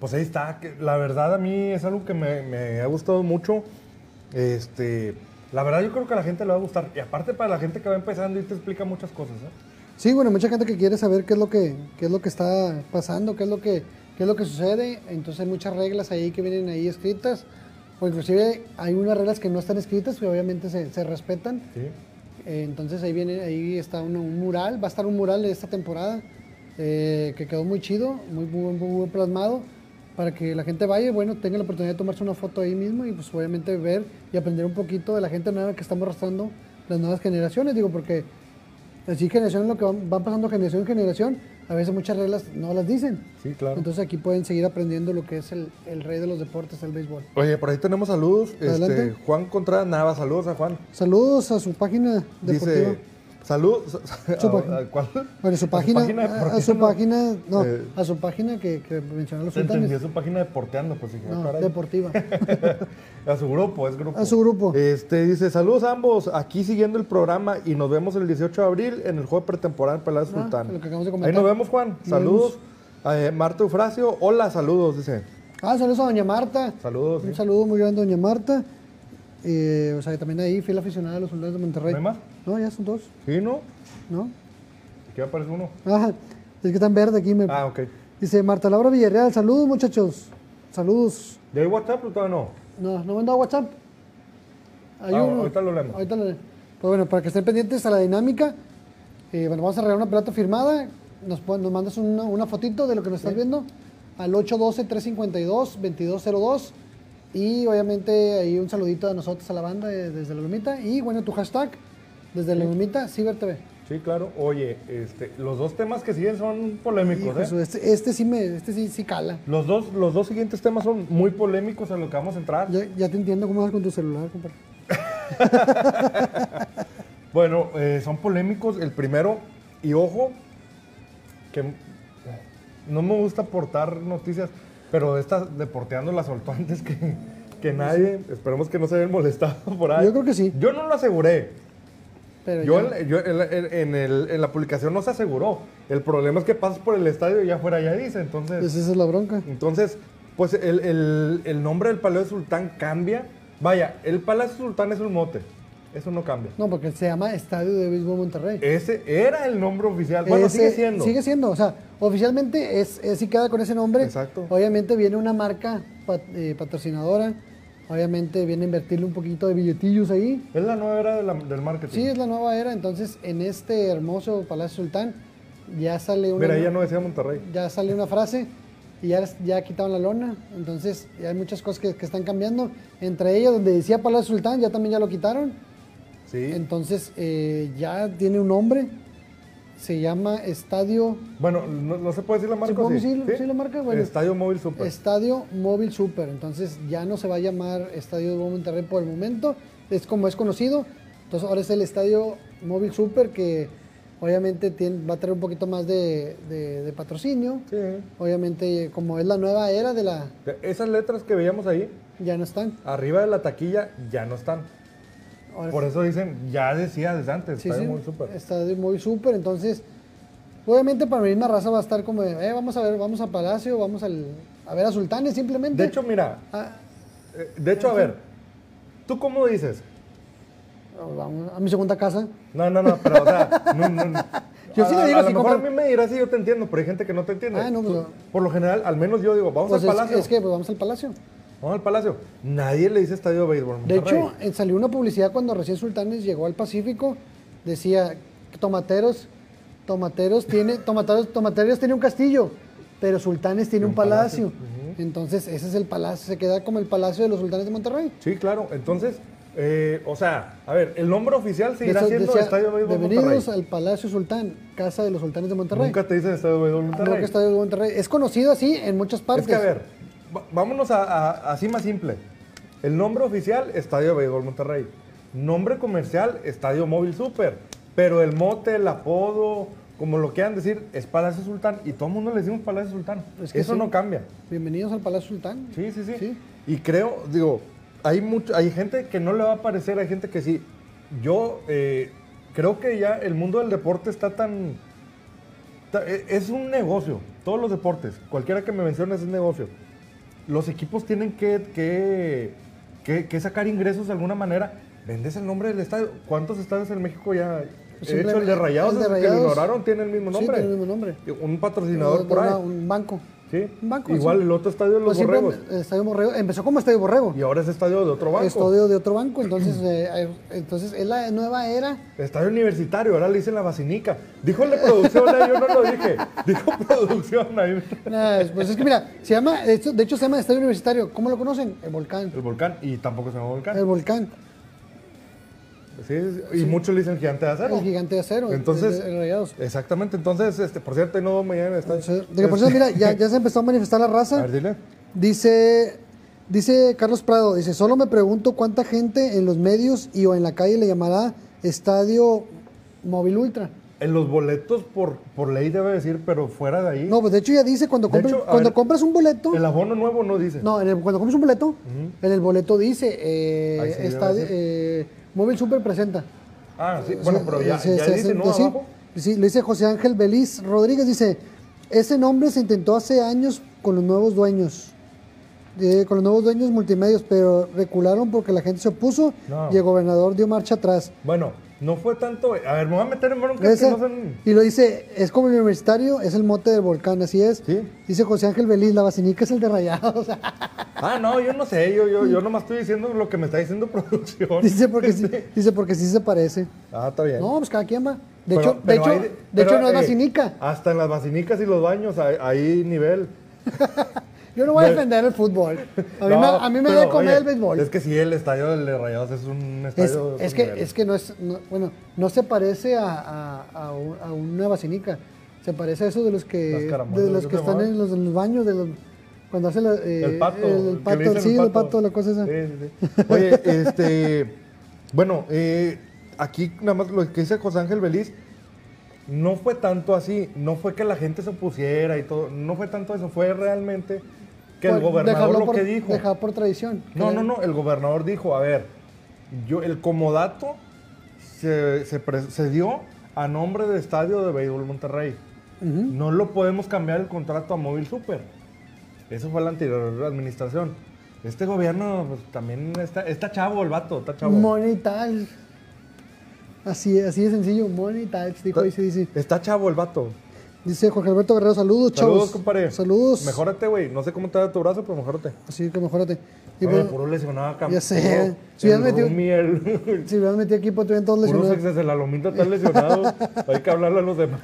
Pues ahí está, que la verdad a mí es algo que me, me ha gustado mucho. Este, la verdad yo creo que a la gente le va a gustar. Y aparte para la gente que va empezando y te explica muchas cosas. ¿eh? Sí, bueno, mucha gente que quiere saber qué es lo que, qué es lo que está pasando, qué es lo que, qué es lo que sucede. Entonces hay muchas reglas ahí que vienen ahí escritas. O inclusive hay unas reglas que no están escritas, que obviamente se, se respetan. Sí. Eh, entonces ahí viene, ahí está un, un mural, va a estar un mural de esta temporada eh, que quedó muy chido, muy, muy, muy bien plasmado para que la gente vaya y bueno, tenga la oportunidad de tomarse una foto ahí mismo y pues obviamente ver y aprender un poquito de la gente nueva que estamos arrastrando las nuevas generaciones, digo, porque así generación lo que van, van pasando generación en generación, a veces muchas reglas no las dicen. Sí, claro. Entonces aquí pueden seguir aprendiendo lo que es el, el rey de los deportes, el béisbol. Oye, por ahí tenemos saludos. Este, Adelante. Juan Contreras Nava, saludos a Juan. Saludos a su página deportiva. Dice, [laughs] saludos. Su ¿a- página. a cuál? Bueno, su página, a, a su Deporteando. página, no, Eh, a su página que, que mencionaron los Te entendí, a sultanes, su página de porteando, pues dije, no, caray. deportiva. a su grupo, es grupo. A su grupo. Este, dice, saludos a ambos, aquí siguiendo el programa y nos vemos el 18 de abril en el juego pretemporal Palacio Ah, Sultán. lo que acabamos de comentar. Ahí nos vemos, Juan. Saludos. Eh, Marta Eufrasio, hola, saludos, dice. Ah, saludos a doña Marta. Saludos. Un sí. saludo muy grande a doña Marta. Eh, o sea, también ahí fiel aficionada a los soldados de Monterrey. ¿No hay más? No, ya son dos, ¿Sí, no? ¿no? Aquí aparece uno. Ah, es que están verde aquí. Me... Ah, ok. Dice Marta Laura Villarreal, saludos muchachos. Saludos. ¿De WhatsApp o todavía no? No, no me han dado WhatsApp. Hay Ah, uno. ahorita lo leemos. Ahorita lo leemos. Pues bueno, para que estén pendientes a la dinámica, eh, bueno, vamos a regalar una pelota firmada. Nos, pon- nos mandas una, una fotito de lo que nos estás viendo al 812-352-2202. Y obviamente ahí un saludito a nosotros, a la banda de- desde la Lomita. Y bueno, tu hashtag desde la Lomita, CiberTV. Sí, claro. Oye, este, los dos temas que siguen son polémicos, Hijo, ¿eh? su- este, este sí me, este sí, sí cala. Los dos, los dos siguientes temas son muy polémicos a lo que vamos a entrar. Ya, ya te entiendo cómo vas con tu celular, compadre. Bueno, eh, son polémicos. El primero, y ojo, que eh, no me gusta aportar noticias, pero esta deporteando la soltó antes que, que nadie. Esperemos que no se hayan molestado por ahí. Yo creo que sí. Eh, Yo no lo aseguré. Pero Yo, ya. en, yo en la- en- en el- en la publicación no se aseguró. El problema es que pasas por el estadio y afuera ya dice. Entonces, Pues esa es la bronca. Entonces, pues el, el- el nombre del Palacio Sultán cambia. Vaya, el Palacio Sultán es un mote. Eso no cambia. No, porque se llama Estadio de Béisbol Monterrey. Ese era el nombre oficial. Eh, Bueno, Ese- sigue siendo. Sigue siendo, o sea, oficialmente es, es- sí queda con ese nombre. Exacto. Obviamente viene una marca pat- eh, patrocinadora, obviamente viene a invertirle un poquito de billetillos ahí. Es la nueva era de la- del marketing. Sí, es la nueva era, entonces en este hermoso Palacio Sultán ya sale una, Mira, ella no decía Monterrey. ya sale una frase y ya, ya quitaron la lona, entonces ya hay muchas cosas que, que están cambiando. Entre ellas, donde decía Palacio Sultán, ya también ya lo quitaron. Sí. Entonces eh, ya tiene un nombre. se llama Estadio. Bueno, no, no se puede decir la marca. ¿Sí podemos decir- sí la marca? Bueno. Estadio Móvil Super. Estadio Móvil Super. Entonces ya no se va a llamar Estadio de Monterrey por el momento. Es como es conocido. Entonces ahora es el Estadio Móvil Super que obviamente tiene- va a tener un poquito más de, de- de patrocinio. Sí. Obviamente como es la nueva era de la... Esas letras que veíamos ahí, Ya no están. arriba de la taquilla, ya no están. Ahora Por eso dicen, ya decía desde antes, Sí, Estadio sí, Móvil Super. Está de muy súper, entonces obviamente para mi misma raza va a estar como, de, eh, vamos a ver, vamos a Palacio, vamos al, a ver a Sultanes simplemente. De hecho, mira, Ah, eh, de hecho, a ver, ¿tú cómo dices? vamos a mi segunda casa. No, no, no, pero o sea, no, no, no. Yo sí a, le digo a, a lo así, mejor a compa. mí me dirás si yo te entiendo, pero hay gente que no te entiende. Ah, no, pues, Tú- Por lo general, al menos yo digo, vamos Pues al es- palacio. Es, que pues, vamos al Palacio. Vamos al palacio. Nadie le dice estadio de béisbol. De Monterrey. hecho, eh, salió una publicidad cuando recién Sultanes llegó al Pacífico, decía, tomateros, tomateros tiene, tomateros, tomateros tiene un castillo, pero Sultanes tiene un, palacio. Entonces ese es el palacio, se queda como el Palacio de los Sultanes de Monterrey. Sí, claro. Entonces, eh, o sea, a ver, el nombre oficial seguirá Eso siendo decía, Estadio de Béisbol Bienvenidos Monterrey. al Palacio Sultán, Casa de los Sultanes de Monterrey. Nunca te dicen Estadio de Béisbol Creo Monterrey. que Estadio de Monterrey. Es conocido así en muchas partes. Es que a ver, va- vámonos a, a- así más simple. El nombre oficial, Estadio Béisbol Monterrey. Nombre comercial, Estadio Móvil Super. Pero el mote, el apodo, como lo quieran decir, es Palacio Sultán. Y todo el mundo le decimos Palacio Sultán. Es Pues que Eso sí. no cambia. Bienvenidos al Palacio Sultán. Sí, sí, sí, Sí. Y creo, digo, hay mucho, hay gente que no le va a parecer, hay gente que sí. Yo eh, creo que ya el mundo del deporte está tan, ta- e- es un negocio. Todos los deportes, cualquiera que me menciones es un negocio. Los equipos tienen que, que, que- que sacar ingresos de alguna manera. Vendes el nombre del estadio. ¿Cuántos estadios en México ya? De hecho, el de Simplemente- Rayados, el de el que Rayados. lo ignoraron, tiene el mismo Sí, nombre. tiene el mismo nombre. Un patrocinador por Una- ahí. Un banco. Sí. un banco, Igual sí. el otro estadio de los Pues siempre borregos. em- Estadio Borrego. Empezó como Estadio Borrego. Y ahora es estadio de otro banco. Estadio, Estadio de otro banco. Entonces, eh, eh, entonces es la nueva era. universitario, ahora le dicen la basinica. Dijo el de producción, eh, yo no lo dije. Dijo [laughs] producción ahí. Nah, Pues es que mira, se llama, de hecho, de hecho se llama Estadio Universitario. ¿Cómo lo conocen? El Volcán. El volcán, y tampoco se llama El volcán. Volcán. Sí, sí, sí. y muchos le dicen el gigante de acero. El gigante de acero. Entonces, el de- el Rayados. exactamente. Entonces, este, por cierto, ahí nos vemos mañana en el estadio. Sí, de que por eso, mira, ya, ya se empezó a manifestar la A raza. ver, dile. Dice, dice Carlos Prado, dice, solo me pregunto cuánta gente en los medios y o en la calle le llamará Estadio Móvil Ultra. En los boletos, por, por ley debe decir, pero fuera de ahí. No, pues de hecho ya dice, cuando, De compras- hecho, a cuando ver, compras un boleto, El abono nuevo no dice. no, en el- cuando compras un boleto, en el boleto dice, eh, Ahí sí debe estadio- decir. eh, Móvil Super presenta. Ah, sí. Bueno, pero ya, Sí, ya sí, dice, sí, pues ¿no? sí. Abajo. Sí, lo dice José Ángel Beliz Rodríguez, dice, ese nombre se intentó hace años con los nuevos dueños, eh, con los nuevos dueños multimedios, pero recularon porque la gente se opuso No. y el gobernador dio marcha atrás. Bueno, no fue tanto. A ver, me voy a meter en bronca Ese- que no son. Y lo dice, es como el universitario, es el mote del volcán, así es. Sí. Dice José Ángel Beliz, la vacinica es el de rayados. [laughs] Ah, no, yo no sé, yo, yo, yo nomás estoy diciendo lo que me está diciendo producción. dice, porque sí, dice porque sí se parece. Ah, está bien. No, pues cada quien va. De Pero- hecho, de pero hecho, hay- de pero, hecho no es eh, vacinica. Hasta en las vacinicas y los baños hay, hay nivel. Yo no voy a No. defender el fútbol. A mí [laughs] No, me, a mí me pero, da de comer oye, el béisbol. Es que sí, el estadio del de Rayados es un Es, estadio. de es otro que, nivel. es que no es, no- bueno, no se parece a, a, a un- a una vacinica. Se parece a eso de los Las que, caramolas, de los ¿cómo que se están llamaban? en los, en los baños, de los- cuando hace la, eh, El pato. el, el que pato, le dicen sí, el pato, la cosa esa. Sí, sí, sí. [laughs] Oye, este. Bueno, eh, aquí nada más lo que dice José Ángel Beliz. No fue tanto así, no fue que la gente se opusiera y todo, no fue tanto eso, fue realmente que el Bueno, gobernador dejarlo lo por- que dijo. Dejar por tradición. No, Que- no, no. El gobernador dijo, a ver, yo el comodato se, se, pre- se dio a nombre del estadio de Béisbol Monterrey. No lo podemos cambiar el contrato a Móvil Super. Eso fue la anterior administración. Este gobierno pues, también está, está chavo el vato, está chavo. Money Tiles. Así, así de sencillo, Money Tiles, dijo Está- y se dice. Está chavo el vato. Dice Jorge Alberto Guerrero, saludos, chavos. Saludos, compadre. Saludos. Mejórate, güey. No sé cómo te da tu brazo, pero mejórate. Así que mejorate. Y Oye, bueno, puro lesionado acá. ya sé. puro- Si hubieras el metido- Rumi, el- Si hubieran metido equipo, tuvieran todos Puros lesionados. exes de la lomita están [laughs] lesionados. Hay que hablarle a los demás.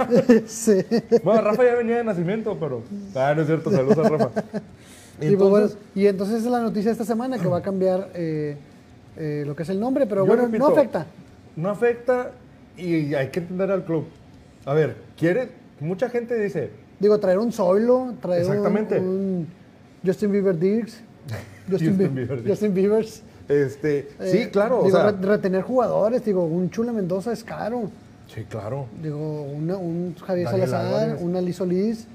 sí. Bueno, Rafa ya venía de nacimiento, pero. Ah, no es cierto, saludos a Rafa. Y, pues, bueno, y entonces esa es la noticia de esta semana que va a cambiar eh, eh, lo que es el nombre, pero yo bueno, repito, no afecta. No afecta y hay que entender al club. A ver, ¿quieres? Mucha gente dice, Digo, traer un Zoilo, traer Exactamente. Un, un Justin Bieber [laughs] Diggs, Justin, Justin Bi- Bieber Diggs. Justin Bievers. este, Eh, sí, claro, o digo, sea, re- retener jugadores, digo, un Chula Mendoza es caro. sí, claro. Digo, una- un Javier Daniel Salazar, Álvarez. una [laughs] Liz Solís.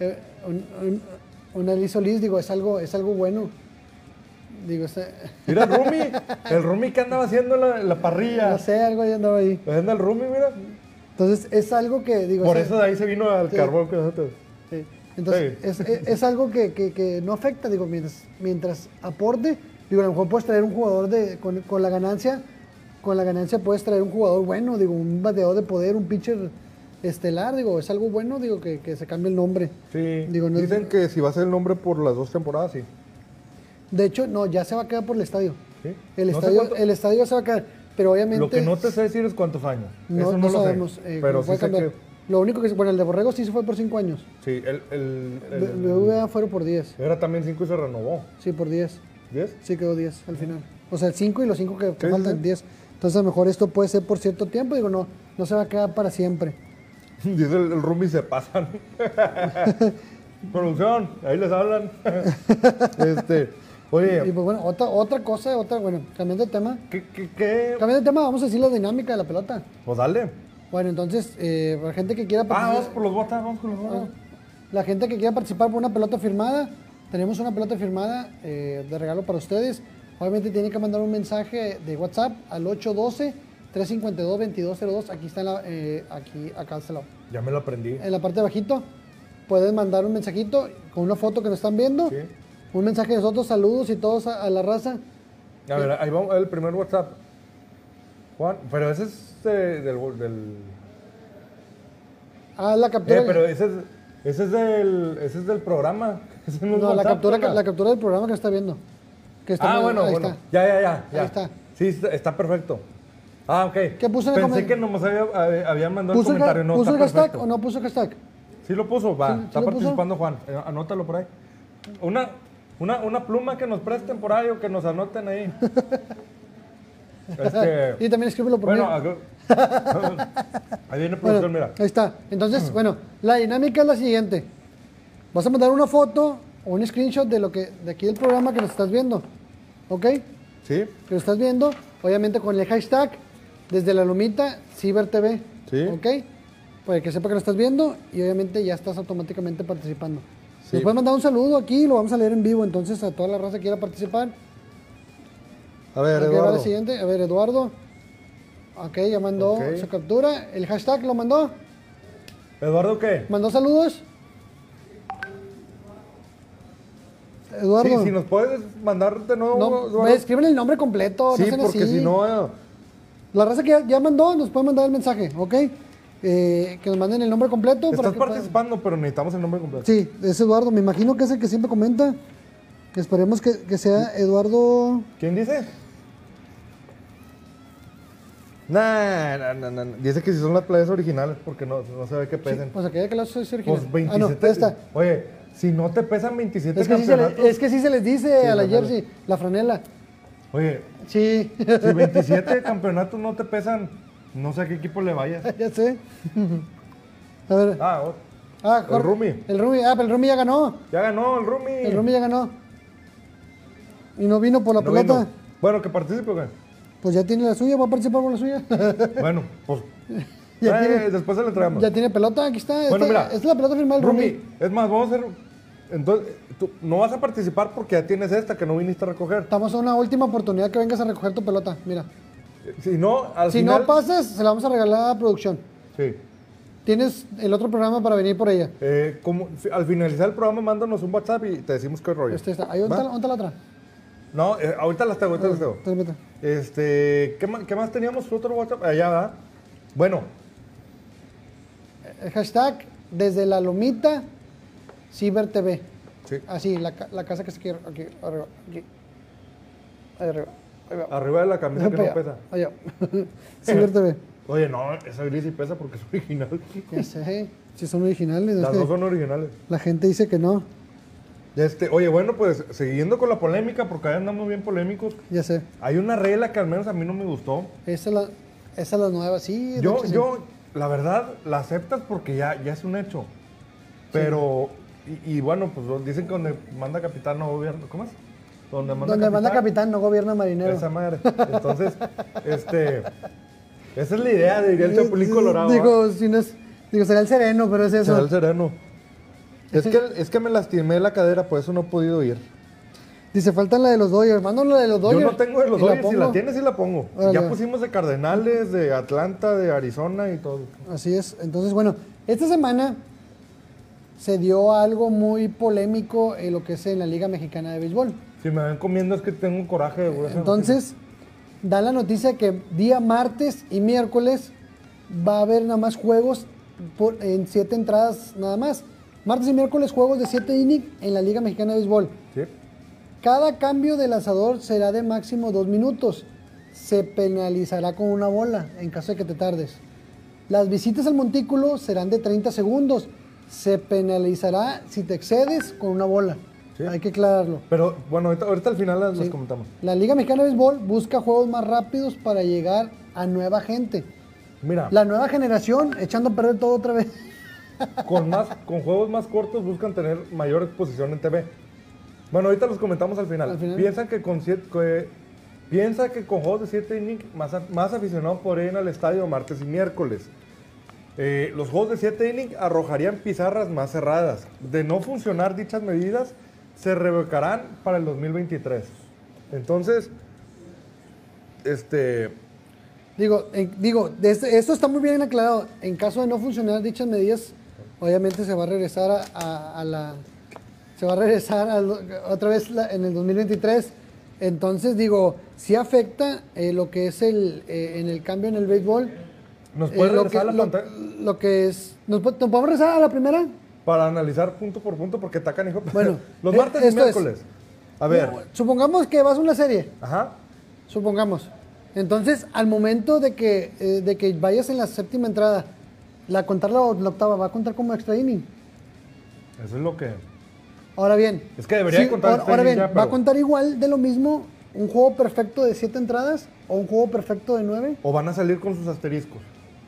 Eh, un- un- una Liz Solís, digo, es algo, es algo bueno. Digo, es, eh, Mira el Rumi, el Rumi que andaba haciendo en la, en la parrilla. no sé, algo ya andaba ahí. Ahí Anda el Rumi, mira. Entonces, es algo que, digo, Por es- eso de ahí se vino al Sí. carbón que nosotros. Sí. Entonces, Sí. es, es- es algo que, que- que no afecta, digo, mientras, mientras aporte, digo, a lo mejor puedes traer un jugador de, con, con la ganancia, con la ganancia puedes traer un jugador bueno, digo, un bateador de poder, un pitcher estelar, digo, es algo bueno, digo, que, que se cambie el nombre. Sí. Digo, no es- Dicen que si va a ser el nombre por las dos temporadas, sí. De hecho, no, ya se va a quedar por el estadio. Sí. El, No sé estadio cuánto- el estadio se va a quedar, pero obviamente... Lo que no te sé decir es cuántos años. no- Eso no no, lo sabemos, sé. eh, pero cómo puede sí sé cambiar. que. Lo único que... se- Bueno, el de Borrego sí se fue por cinco años. Sí, el. el- B- el- BBVA fueron por 10. era también 5 y se renovó. Sí, por 10. ¿Ves? [laughs] Sí quedó 10 al final. O sea, el 5 y los 5 que, que Sí, sí, faltan, sí. 10. Entonces, a lo mejor esto puede ser por cierto tiempo. Digo, no, no se va a quedar para siempre. Dice el, el Rumi, se pasan. [laughs] Producción, ahí les hablan. [laughs] este. Y Oye, pues bueno, otra, otra cosa, otra, bueno, cambiando de tema. ¿qué, qué, qué? Cambiando de tema, vamos a decir la dinámica de la pelota. Pues dale. Bueno, entonces, eh, para gente que quiera Ah, vamos participar, por los botas, vamos por los botas. la gente que quiera participar por una pelota firmada, tenemos una pelota firmada eh, de regalo para ustedes. Obviamente tienen que mandar un mensaje de WhatsApp al 812-352-2202. Aquí está, en la, eh, aquí, acá se lo- Ya me lo aprendí. en la parte de bajito pueden mandar un mensajito con una foto que nos están viendo. Sí. Un mensaje de nosotros, saludos y todos a, a la raza. A ver, ahí vamos, el primer WhatsApp. Juan, pero ese es eh, del... del- Ah, la Eh, captura. pero ese es, ese es del, ese es del programa. [laughs] Ese no es no, la WhatsApp, captura, ¿verdad? la captura del programa que está viendo. Que está ah, muy- bueno, ahí bueno. está. Ya, ya, ya. ya. está. Sí, está, está perfecto. Ah, ok. ¿Qué puso en el Pensé comen- que nomás había, hab- habían mandado ¿Puso el el, comentario. ha- no, puso está el hashtag perfecto. o no puso hashtag? Sí lo puso, va. ¿Sí- sí está lo puso? participando Juan. Eh, Anótalo por ahí. Una, una, una pluma que nos presten por ahí o que nos anoten ahí. [laughs] Este, Y también escríbelo por Bueno, mí. [laughs] acá- ahí viene Bueno, producción, mira. Mm. Ahí está. Entonces, bueno, la dinámica es la siguiente. Vas a mandar una foto o un screenshot de lo que de aquí del programa que nos estás viendo. ¿Ok? Sí, que lo estás viendo, obviamente con el hashtag desde la lomita Ciber TV. Sí. ¿Ok? Para que sepa que lo estás viendo y obviamente ya estás automáticamente participando. Sí. Nos puedes mandar un saludo aquí y lo vamos a leer en vivo. Entonces, a toda la raza que quiera participar. a ver, Aquí va Eduardo. la siguiente. A ver, Eduardo. Ok, ya mandó Ok. su captura. El hashtag lo mandó. ¿Eduardo qué? ¿Mandó saludos? Eduardo. Sí, si nos puedes mandar de nuevo, no, Eduardo. güey, escríbele el nombre completo. no sí, sean porque así. si no, eh, La raza que ya, ya mandó nos puede mandar el mensaje, ¿ok? Eh, que nos manden el nombre completo. para estás que puedan- participando, pero necesitamos el nombre completo. pues, Sí, es Eduardo. Me imagino que es el que siempre comenta. Esperemos que, que sea Eduardo. ¿Quién dice? Nah, nah, nah, nah, nah. Dice que si son las playas originales, porque no, no se ve que pesen. O sea, que ya que la soy pues, original. pues Ah, no, 27. ya está. Oye, si no te pesan 27 Es que, sí se le- campeonatos. [laughs] es que sí se les dice a la Este la jersey, la franela. Oye, Sí, [laughs] si 27 campeonatos no te pesan, no sé a qué equipo le [laughs] vayas. ya sé. A ver. Ah, o- Ah, el Jorge- Rumi. El Rumi, ah, pero el Rumi ya ganó. ya ganó el Rumi. El Rumi ya ganó. Y no vino por la No pelota. vino. Bueno, que participe, güey. Pues ya tiene la suya, va a participar por la suya. Bueno, pues. [laughs] Ya eh, tiene- después se le traemos. Ya tiene pelota, aquí está. Bueno, esta, mira. esta es la pelota firmada del Rumi, Rumi. es más, vamos a hacer. Entonces, tú no vas a participar porque ya tienes esta que no viniste a recoger. Estamos a una última oportunidad que vengas a recoger tu pelota. Mira. Si no, al si final. no pasas, se la vamos a regalar a producción. Sí. Tienes el otro programa para venir por ella. Eh, como, fi- al finalizar el programa, mándanos un WhatsApp y te decimos qué rollo. Este está. Ahí, ¿dónde ¿Va? está, dónde está la Ah, otra? No, eh, ahorita las tengo, ahorita las tengo. Entonces, mira. Este, ¿qué más, qué más teníamos? ¿Otro WhatsApp? Allá, ¿verdad? Bueno, El hashtag desde la lomita Ciber TV. sí. Así, la, ca- la casa que se quiere. Aquí, arriba. Aquí. Ahí arriba. Ahí va. arriba de la camisa Ah, que Para no allá, pesa. allá. [laughs] Ciber TV. Oye, no, esa gris sí pesa porque es [laughs] original. Ya sé. Si son originales. Las es dos que son originales. La gente dice que no. Este, oye, bueno, pues siguiendo con la polémica, porque ahí andamos bien polémicos. Ya sé. Hay una regla que al menos a mí no me gustó. Esa es la, Esa es la nueva, sí. de Yo, hecho, sí. yo, la verdad, la aceptas porque ya, ya es un hecho. Pero, y, y bueno, pues dicen que donde manda capitán no gobierno. ¿Cómo es? Donde manda Donde manda capitán no gobierna marinero. Esa madre. Entonces, [laughs] este. Esa es la idea, diría el Chapulín Colorado. ¿ah? Digo, si no es- digo, será el sereno, pero es eso. Será el sereno. Es que, es que me lastimé la cadera, por eso no he podido ir. Dice, falta la de los Dodgers. Manda la de los Yo Dodgers. no tengo de los Y la Dodgers, si la pongo. tienes, sí la pongo. Órale. Ya pusimos de Cardenales, de Atlanta, de Arizona y todo. Así es. Entonces, bueno, esta semana se dio algo muy polémico en lo que es en la Liga Mexicana de Béisbol. Si me ven comiendo es que tengo un coraje de güey. Entonces, da la noticia que día martes y miércoles va a haber nada más juegos por- en siete entradas nada más. Martes y miércoles juegos de siete innings en la Liga Mexicana de Béisbol. Sí. Cada cambio de lanzador será de máximo dos minutos. Se penalizará con una bola en caso de que te tardes. Las visitas al montículo serán de 30 segundos. Se penalizará si te excedes con una bola. Sí. Hay que aclararlo. Pero bueno, ahorita, ahorita al final las, las Sí. comentamos. La Liga Mexicana de Béisbol busca juegos más rápidos para llegar a nueva gente. Mira, La nueva generación echando a perder todo otra vez. con, más, con juegos más cortos buscan tener mayor exposición en TV. Bueno, ahorita los comentamos al final. Al final. Piensan que con siete, que- piensa que con juegos de 7 innings más, a- más aficionados podrían ir al estadio martes y miércoles. Eh, los juegos de 7 innings arrojarían pizarras más cerradas. De no funcionar dichas medidas, se revocarán para el 2023. Entonces, este, Digo, en- digo de este- esto está muy bien aclarado. En caso de no funcionar dichas medidas, obviamente se va a regresar a, a- a la. Se va a regresar al- otra vez la- en el 2023. Entonces, digo, sí afecta eh, lo que es el, eh, en el cambio en el béisbol. nos eh, puede lo, regresar que, a la lo- pantalla. lo que es. ¿Nos, po- ¿nos podemos regresar a la primera? Para analizar punto por punto, porque tacan [laughs] hijo. Bueno, los eh, martes y esto es. miércoles. A ver, Supongamos que vas a una serie. ajá. Supongamos. Entonces, al momento de que, eh, de que vayas en la séptima entrada, la contar la, la octava va a contar como extra inning. Eso es lo que. Ahora bien. Es que debería de contar ahora, extra ahora inning ya, bien, ¿va pero- a contar igual de lo mismo un juego perfecto de siete entradas o un juego perfecto de nueve? O van a salir con sus asteriscos.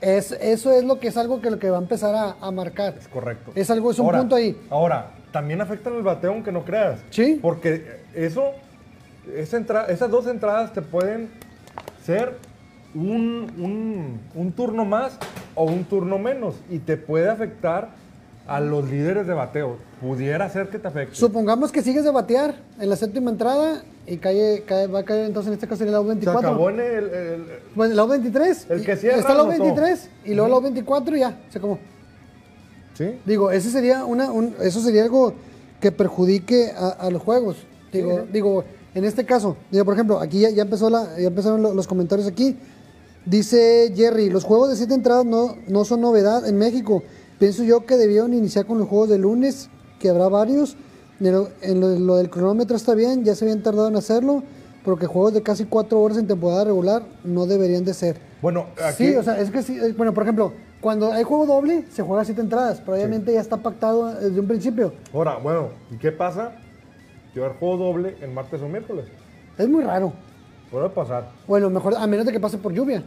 Es, eso es lo que es algo que, lo que va a empezar a, a marcar. Es correcto. Es algo, es un punto ahí. Ahora, también afectan el bateo, aunque no creas. Sí. Porque eso, esa entra- esas dos entradas te pueden ser un, un- un turno más o un turno menos. Y te puede afectar a los líderes de bateo. Pudiera ser que te afecte. Supongamos que sigues de batear en la séptima entrada y cae, cae- va a caer entonces en este caso en el out Se 24. acabó en el- el- Bueno, la U23. El que y- cierra, Está la anotó. U23 y luego la U24 y ya, se acabó. Sí. Digo, ese sería una, un- eso sería algo que perjudique a, a los juegos. Digo, digo, en este caso, digo, por ejemplo, aquí ya, ya empezó la, ya empezaron lo- los comentarios aquí. Dice Jerry, los juegos de siete entradas no, no son novedad en México. Pienso yo que debieron iniciar con los juegos de lunes, que habrá varios. En lo, en lo- lo del cronómetro está bien, ya se habían tardado en hacerlo, porque juegos de casi cuatro horas en temporada regular no deberían de ser. Bueno, aquí. Sí, o sea, es que sí. eh, Bueno, por ejemplo, cuando hay juego doble, se juega siete entradas, pero obviamente ya está pactado eh, desde un principio. Ahora, bueno, ¿y qué pasa? Llevar juego doble el martes o miércoles. Es muy raro. Puede pasar. Bueno, mejor, a menos de que pase por lluvia.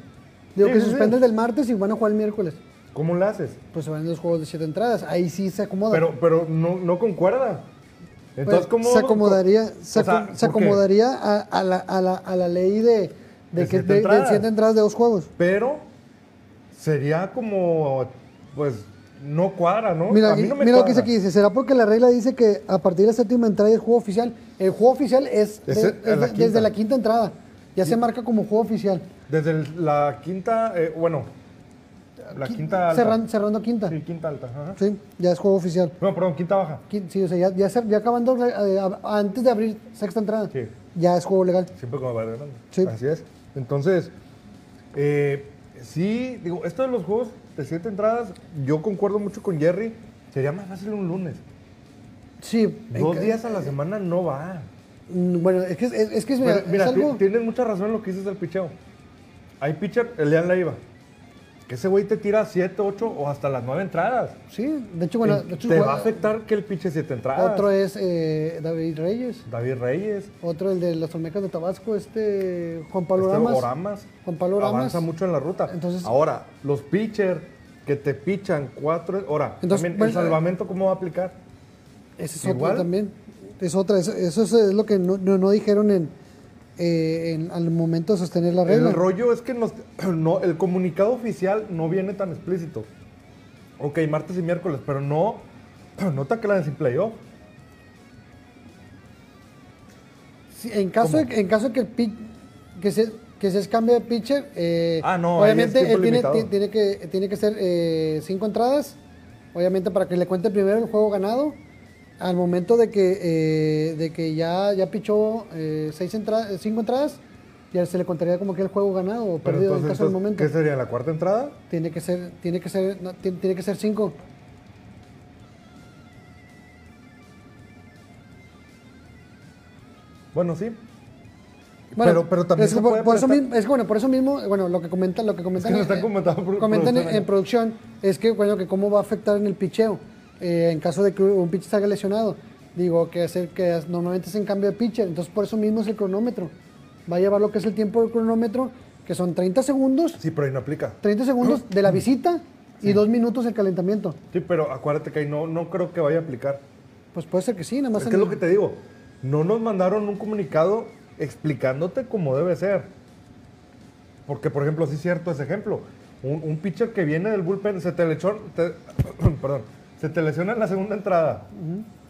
Digo Sí, que sí, sí. suspende el del martes y van a jugar el miércoles. ¿Cómo lo haces? Pues se van los juegos de siete entradas. Ahí sí se acomoda. Pero, pero no, no concuerda. Entonces, Pues, ¿cómo? se acomodaría, se, O sea, acom- se ¿por qué? acomodaría a, a la, a la- a la ley de, de De que, siete de- de entradas. siete entradas de dos juegos. Pero sería como, pues, no cuadra, ¿no? Mira, A mí aquí- no me mira lo que dice cuadra. aquí, dice, ¿será porque la regla dice que a partir de la séptima entrada es juego oficial? El juego oficial es, Es de- el- a es la de- quinta. desde la quinta entrada, ya se marca como juego oficial, Desde el- la quinta, eh, bueno, la quinta alta. cerrando, cerrando quinta, Sí, sí. quinta alta. ajá. ya es juego oficial. No, perdón, quinta baja. Quin- Sí, o sea, ya, ya, se- ya acabando, eh, a- antes de abrir sexta entrada, Sí. ya es juego legal. Siempre como Valverde Hernández. Sí. Así es. Entonces, eh, sí, digo, esto de los juegos de siete entradas, yo concuerdo mucho con Jerry. Sería más fácil un lunes. Sí, Dos en- días a la semana no va. mm, Bueno, es que es, es que es, Pero, mira, mira, es ti- algo... tienes mucha razón en lo que dices del picheo. Hay pitcher, Elian la iba. que ese güey te tira 7, 8 o hasta las 9 entradas. Sí, de hecho, bueno, de hecho, te va bueno, a afectar que el pinche 7 entradas. otro es eh, David Reyes, David Reyes, otro el de los Olmecas de Tabasco, este Juan este Pablo Ramas. Oramas, Juan Pablo Ramas. avanza mucho en la ruta. Entonces- Ahora, los pitchers que te pichan 4, ahora, Entonces, también bueno, el salvamento cómo va a aplicar. Ese es Igual. otro también. Es otra, eso, eso es, es lo que no, no- no dijeron en, eh, en- al momento de sostener la regla. El rollo es que nos- [clears throat] no, el comunicado oficial no viene tan explícito. Ok, martes y miércoles, pero no, [clears throat] no te aclaran sin playoff. Sí, en, caso ¿Cómo? de, en caso de que el pitch, que se, que se cambie de pitcher, eh, Ah, no, ahí obviamente es tiempo él tiene, limitado. ti- tiene que, tiene que ser eh, cinco entradas, obviamente para que le cuente primero el juego ganado. Al momento de que, eh, de que ya, ya pichó eh, seis entra- cinco entradas, ya se le contaría como que el juego ganado o Pero perdido en entonces, caso del entonces, momento. ¿qué sería la cuarta entrada? Tiene que ser, tiene que ser, no, ti- tiene, que ser cinco. Bueno, sí. Bueno, pero, pero también es, se que por, puede por eso prestar- mismo, es que bueno, por eso mismo, bueno, lo que comentan, lo que comentan, nos están eh, comentando por- comentan en, producción en producción es que bueno, que cómo va a afectar en el picheo eh, en caso de que un pitcher salga lesionado. Digo que hacer que as- normalmente es en cambio de pitcher, entonces por eso mismo es el cronómetro. Va a llevar lo que es el tiempo del cronómetro, que son 30 segundos, Sí, pero ahí no aplica. 30 segundos de la visita y dos minutos el calentamiento. Sí, pero acuérdate que ahí no, no creo que vaya a aplicar. Pues puede ser que sí, nada más. Es que en- es lo que te digo. No nos mandaron un comunicado explicándote cómo debe ser. Porque, por ejemplo, sí es cierto ese ejemplo. Un, un pitcher que viene del bullpen, se te, lechó- te- [clears throat] perdón, se te lesiona en la segunda entrada.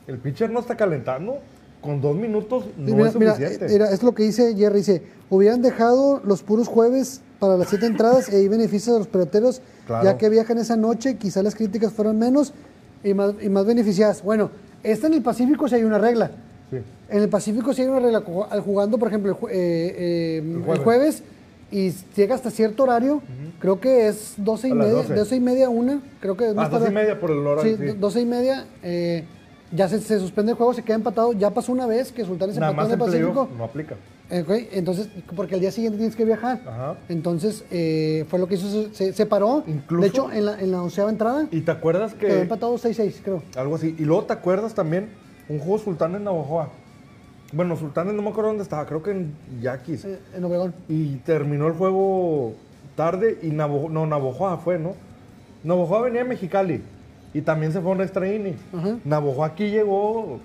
El pitcher no está calentando. Con dos minutos no Sí, mira, es mira, suficiente. eh, mira, es lo que dice Jerry, dice, hubieran dejado los puros jueves para las siete entradas y ahí beneficios a los peloteros, Claro. ya que viajan esa noche, quizás las críticas fueron menos y más, y más beneficiadas. Bueno, esta en el Pacífico si hay una regla. Sí. En el Pacífico si hay una regla, ju- al jugando, por ejemplo, el, ju- eh, eh, el jueves. jueves. y llega hasta cierto horario, creo que es 12 y A las media, 12. 12 y media a una, creo que es más Ah, dos y tarde. media por el horario. Sí, sí. do- 12 y media. eh, ya se, se suspende el juego, se queda empatado. Ya pasó una vez que Sultanes Nada empató más en el en Pacífico. playoff no aplica. Eh, ok, entonces, porque al día siguiente tienes que viajar. Ajá. Entonces, eh, fue lo que hizo, se- se, se paró. Incluso- De hecho, en la, en la onceava entrada, ¿Y te acuerdas que...? quedó empatado 6-6, creo. Algo así. Y luego te acuerdas también un juego Sultán en Navajoa. Bueno, Sultanes no me acuerdo dónde estaba, creo que en Yaquis. eh, en Obregón. Y terminó el juego tarde y Navajo, no, Navojoa fue, ¿no? Navojoa venía a Mexicali y también se fue a un extra inning. Ajá. Navojoa aquí llegó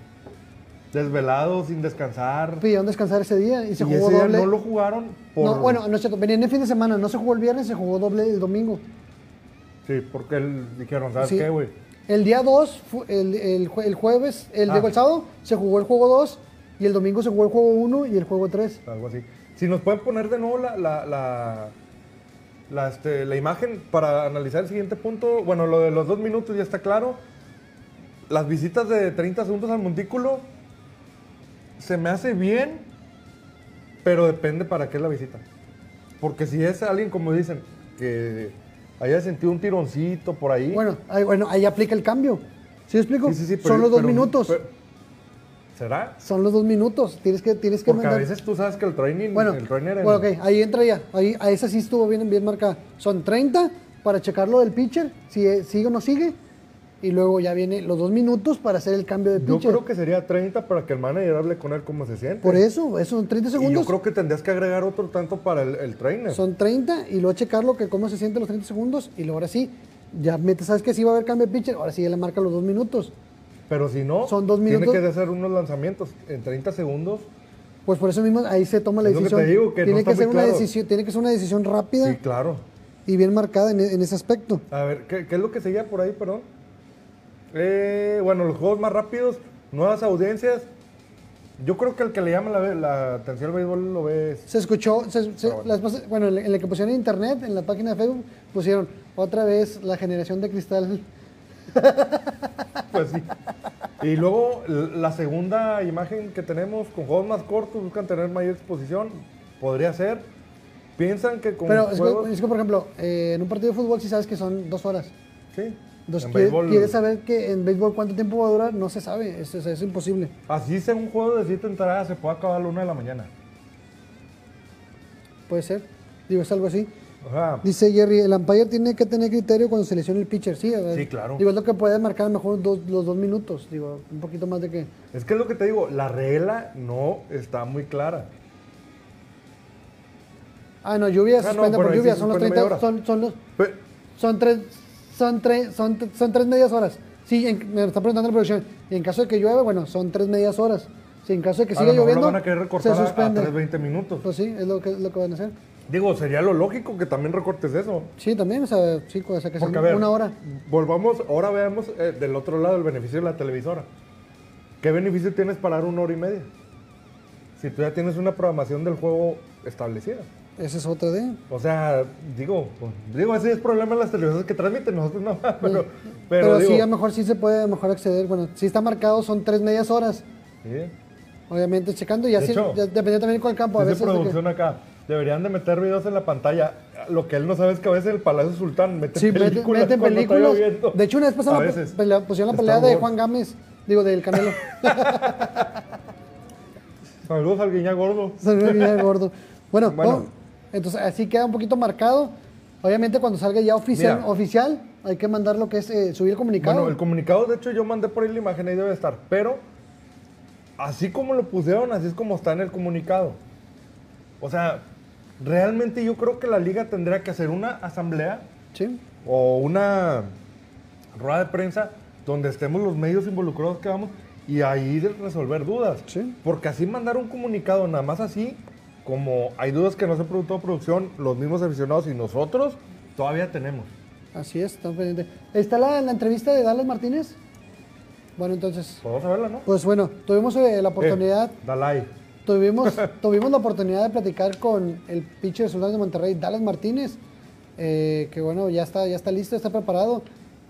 desvelado, sin descansar. Pidieron descansar ese día y se y jugó ese día doble. no lo jugaron por... No, bueno, no es cierto. Venían el fin de semana, no se jugó el viernes, se jugó doble el domingo. Sí, porque él, dijeron, ¿sabes Sí. qué, güey? El día 2, el, el jue- el jueves, el, Ah. digo, el sábado, se jugó el juego 2 y el domingo se jugó el juego 1 y el juego 3. Algo así. Si nos pueden poner de nuevo la, la, la, la, este, la imagen para analizar el siguiente punto. Bueno, lo de los dos minutos ya está claro. Las visitas de 30 segundos al montículo se me hace bien, pero depende para qué es la visita. Porque si es alguien, como dicen, que haya sentido un tironcito por ahí. Bueno, ahí, bueno, ahí aplica el cambio. ¿Sí me explico? Sí, sí, sí, pero- Son los dos pero- minutos. pero- ¿Será? Son los dos minutos. Tienes que, tienes que Porque a mandar- veces tú sabes que el training, Bueno, el trainer en- bueno, ok, ahí entra ya. Ahí, a esa sí estuvo bien, bien marcada. Son 30 para checar lo del pitcher, si eh, sigue o no sigue. Y luego ya viene los dos minutos para hacer el cambio de Yo pitcher. creo que sería 30 para que el manager hable con él cómo se siente. Por eso, esos son 30 Y segundos. yo creo que tendrías que agregar otro tanto para el, el trainer. Son 30 y luego checar lo que cómo se siente los 30 segundos y luego ahora sí, ya metes, sabes que sí va a haber cambio de pitcher, ahora sí ya le marca los dos minutos. Pero si no, son dos minutos. tiene que hacer unos lanzamientos en 30 segundos. Pues por eso mismo ahí se toma la Es lo que decisión. te digo, que no tiene está que ser muy una claro. decisión, tiene que ser una decisión rápida Sí, claro. y bien marcada en, e- en ese aspecto. A ver, ¿qué, qué es lo que seguía por ahí, perdón? Eh, bueno, los juegos más rápidos, nuevas audiencias. Yo creo que el que le llama la, la atención al béisbol lo ves. Se escuchó, se- se- Ah, bueno. las pas- bueno, en la- en la que pusieron en internet, en la página de Facebook, pusieron otra vez la generación de cristal. Pues sí. Y luego l- la segunda imagen que tenemos con juegos más cortos buscan tener mayor exposición. Podría ser. Piensan que con Pero es juegos- que, es que, por ejemplo, eh, en un partido de fútbol sí sabes que son dos horas. Sí. Entonces, En ¿quiere- béisbol- ¿quieres saber que en béisbol cuánto tiempo va a durar? No se sabe, es, es- es imposible. Así sea un juego de 7 entradas, se puede acabar a la 1 de la mañana. Puede ser. Digo, es algo así. Ajá. Dice Jerry, el umpire tiene que tener criterio cuando selecciona el pitcher, sí. a ver, Sí, claro. Digo, es lo que puede marcar a lo mejor dos- los dos minutos, digo, un poquito más de que... Es que es lo que te digo, la regla no está muy clara. Ah, no, lluvia, Ah, no, suspende bueno, por ahí sí lluvia, son los suspende media 30, hora. son, son los... Pe- Son tres, son tres, son, t- son tres medias horas. Sí, en- me está preguntando la producción. Y en caso de que llueva, bueno, son tres medias horas. Si en caso de que a siga lo mejor lloviendo, lo van a querer recortar se a- a, suspende. 3.20 minutos. pues sí, es lo que, lo que van a hacer. Digo, sería lo lógico que también recortes eso. Sí, también, o sea, sí, o sea, que Porque, sea a ver, una hora. Volvamos, ahora veamos eh, del otro lado el beneficio de la televisora. ¿Qué beneficio tienes parar una hora y media? Si tú ya tienes una programación del juego establecida. Esa es otra de. O sea, digo, pues, digo, así es problema de las televisoras que transmiten, nosotros no, [laughs] pero, pero, Pero, digo, sí, a lo mejor sí se puede a lo mejor acceder. Bueno, si está marcado, son tres medias horas. sí. Obviamente, checando. Y así, hecho, ya, depende también con el campo. A Dice veces. de que- producción acá, deberían de meter videos en la pantalla. Lo que él no sabe es que a veces el Palacio Sultán mete Sí, meten- películas meten cuando está películas. lloviendo. De hecho, una vez A pasaron la, pe- veces. pelea- pusieron la Star pelea de Wars. Juan Gámez, digo, del [laughs] Canelo. [laughs] Saludos al guiña gordo. Se me olvida el gordo. Bueno, Bueno. vamos. entonces así queda un poquito marcado. Obviamente cuando salga ya oficial, Mira. oficial hay que mandar lo que es eh, subir el comunicado. Bueno, el comunicado, de hecho, yo mandé por ahí la imagen, ahí debe estar. Pero, así como lo pusieron, así es como está en el comunicado. O sea, realmente yo creo que la liga tendría que hacer una asamblea Sí. o una rueda de prensa donde estemos los medios involucrados que vamos y ahí de- resolver dudas. Sí. Porque así mandar un comunicado, nada más así, como hay dudas que no se preguntó producción, los mismos aficionados y nosotros, todavía tenemos. Así es, estamos pendientes. ¿Está la, la entrevista de Dallas Martínez? Bueno, entonces, Pues vamos a verla, ¿no? pues bueno, tuvimos eh, la oportunidad, Eh, Dalai. tuvimos, [laughs] tuvimos la oportunidad de platicar con el pitcher de Sultanes de Monterrey, Dallas Martínez, eh, que bueno, ya está, ya está listo, está preparado.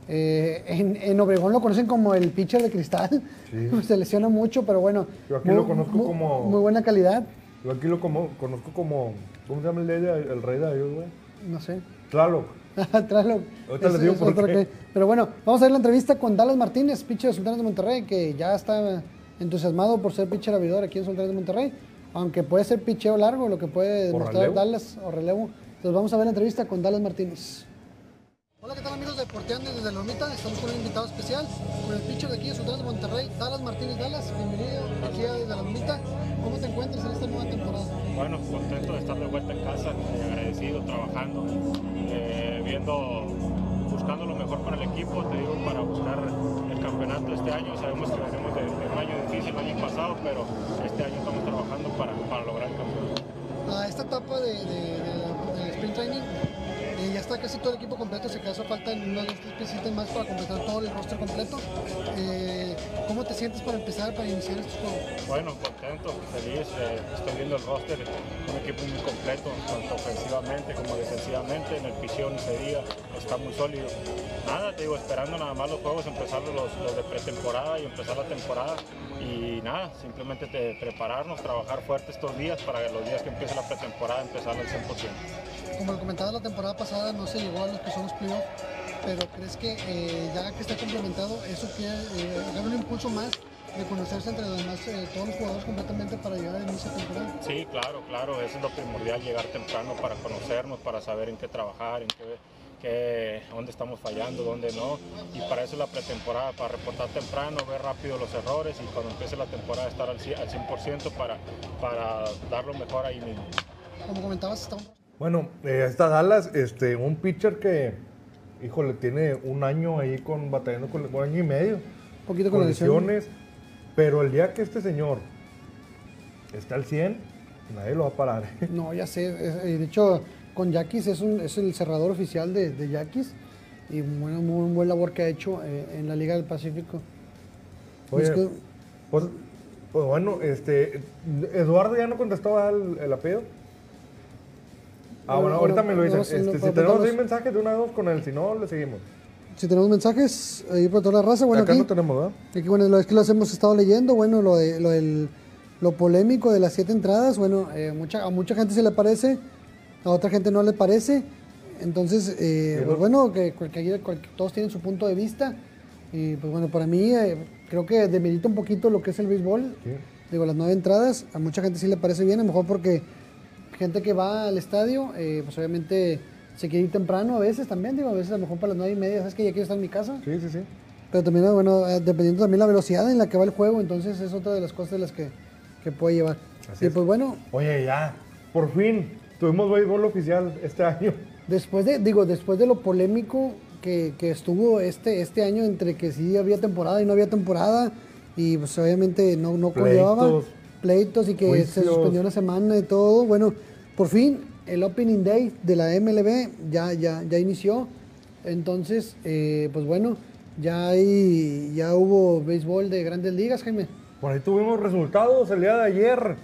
Eh, en, en Obregón lo conocen como el pitcher de cristal. Sí. [laughs] Se lesiona mucho, pero bueno. Yo aquí lo conozco como- Muy buena calidad. Yo aquí lo como- conozco como. ¿Cómo se llama el, rey de- el rey de ellos, güey? No sé. Tlaloc. [laughs] Tráelo. Ahorita les Es- digo es por otro qué. que- Pero bueno, vamos a ver la entrevista con Dallas Martínez, pitcher de Sultanes de Monterrey, que ya está entusiasmado por ser pitcher abridor aquí en Sultanes de Monterrey. Aunque puede ser picheo largo, lo que puede O demostrar relevo. Dallas o relevo. Entonces vamos a ver la entrevista con Dallas Martínez. Hola, ¿qué tal amigos de Porteando desde Lomita? Estamos con un invitado especial, con el pitcher de aquí de Sultanes de Monterrey, Dallas Martínez Dallas. Bienvenido aquí desde la Lomita. ¿Cómo te encuentras en esta nueva temporada? Bueno, contento de estar de vuelta en casa, agradecido, trabajando, eh, viendo, buscando lo mejor para el equipo, te digo, para buscar el campeonato este año. Sabemos que venimos de, de un año difícil el año pasado, pero este año estamos trabajando para, para lograr el campeonato. a esta etapa de, de- de- del sprint training. eh, ya está casi todo el equipo completo, se quedó faltan unos dos, tres piecitas más para completar todo el roster completo. Eh, ¿Cómo te sientes para empezar, para iniciar estos juegos? Bueno, contento, feliz, eh, estoy viendo el roster, un equipo muy completo, tanto ofensivamente como defensivamente, en el picheo ni se diga, está muy sólido. Nada, te digo, esperando nada más los juegos, empezar los, los de pretemporada y empezar la temporada y nada, simplemente te- prepararnos, trabajar fuerte estos días para que los días que empiece la pretemporada empezar al 100%. Como lo comentaba la temporada pasada, no se llegó a los que son los playoffs, pero crees que eh, ya que está complementado, eso quiere eh, dar un impulso más de conocerse entre los demás, eh, todos los jugadores completamente para llegar al inicio de temporada. Sí, claro, claro, eso es lo primordial, llegar temprano para conocernos, para saber en qué trabajar, en qué, qué- dónde estamos fallando, dónde no. Y para eso la pretemporada, para reportar temprano, ver rápido los errores y cuando empiece la temporada estar al, cien- al 100% para, para dar lo mejor ahí mismo. Como comentabas, está un Bueno, eh, esta Dallas, este, un pitcher que, híjole, tiene un año ahí con batallando con un año y medio. poquito con con lesiones. Pero el día que este señor está al 100, nadie lo va a parar. [laughs] No, ya sé. es- eh, de hecho, con Yaquis es, un- es el cerrador oficial de, de Yaquis. Y bueno, muy, buen labor que ha hecho eh, en la Liga del Pacífico. Oye, Es que- pues, pues bueno, este, Eduardo ya no contestó al, el apellido. Ah, No, bueno, no, ahorita no, me lo dicen. no sé, no, Este, si pero tenemos cuéntanos. seis mensajes de una a dos con él, si no, le seguimos. Si tenemos mensajes, ahí por toda la raza. Bueno, Acá aquí, no tenemos, ¿verdad? aquí, bueno, lo, es que los hemos estado leyendo. Bueno, lo, de, lo, del- lo polémico de las siete entradas. Bueno, eh, mucha, a mucha gente se le parece, a otra gente no le parece. Entonces, eh, Sí, ¿no? pues bueno, que cualquier- cual- todos tienen su punto de vista. Y pues bueno, para mí eh, creo que demerita un poquito lo que es el béisbol. Sí. Digo, las nueve entradas, a mucha gente sí le parece bien, a lo mejor porque gente que va al estadio, eh, pues obviamente se quiere ir temprano a veces también, digo, a veces a lo mejor para las nueve y media, ¿sabes que ya quiero estar en mi casa? Sí, sí, sí. Pero también, bueno, eh, dependiendo también la velocidad en la que va el juego, entonces es otra de las cosas de las que, que puede llevar. Así y es. pues bueno, Oye, ya, por fin tuvimos béisbol oficial este año. Después de, digo, después de lo polémico que, que estuvo este, este año entre que sí había temporada y no había temporada, y pues obviamente no, no conllevaba Pleitos. pleitos y que se Juicios. suspendió una semana y todo. Bueno, por fin el opening day de la MLB ya, ya, ya inició. Entonces, eh, pues bueno, ya, hay, ya hubo béisbol de grandes ligas, Jaime. Por ahí tuvimos resultados el día de ayer.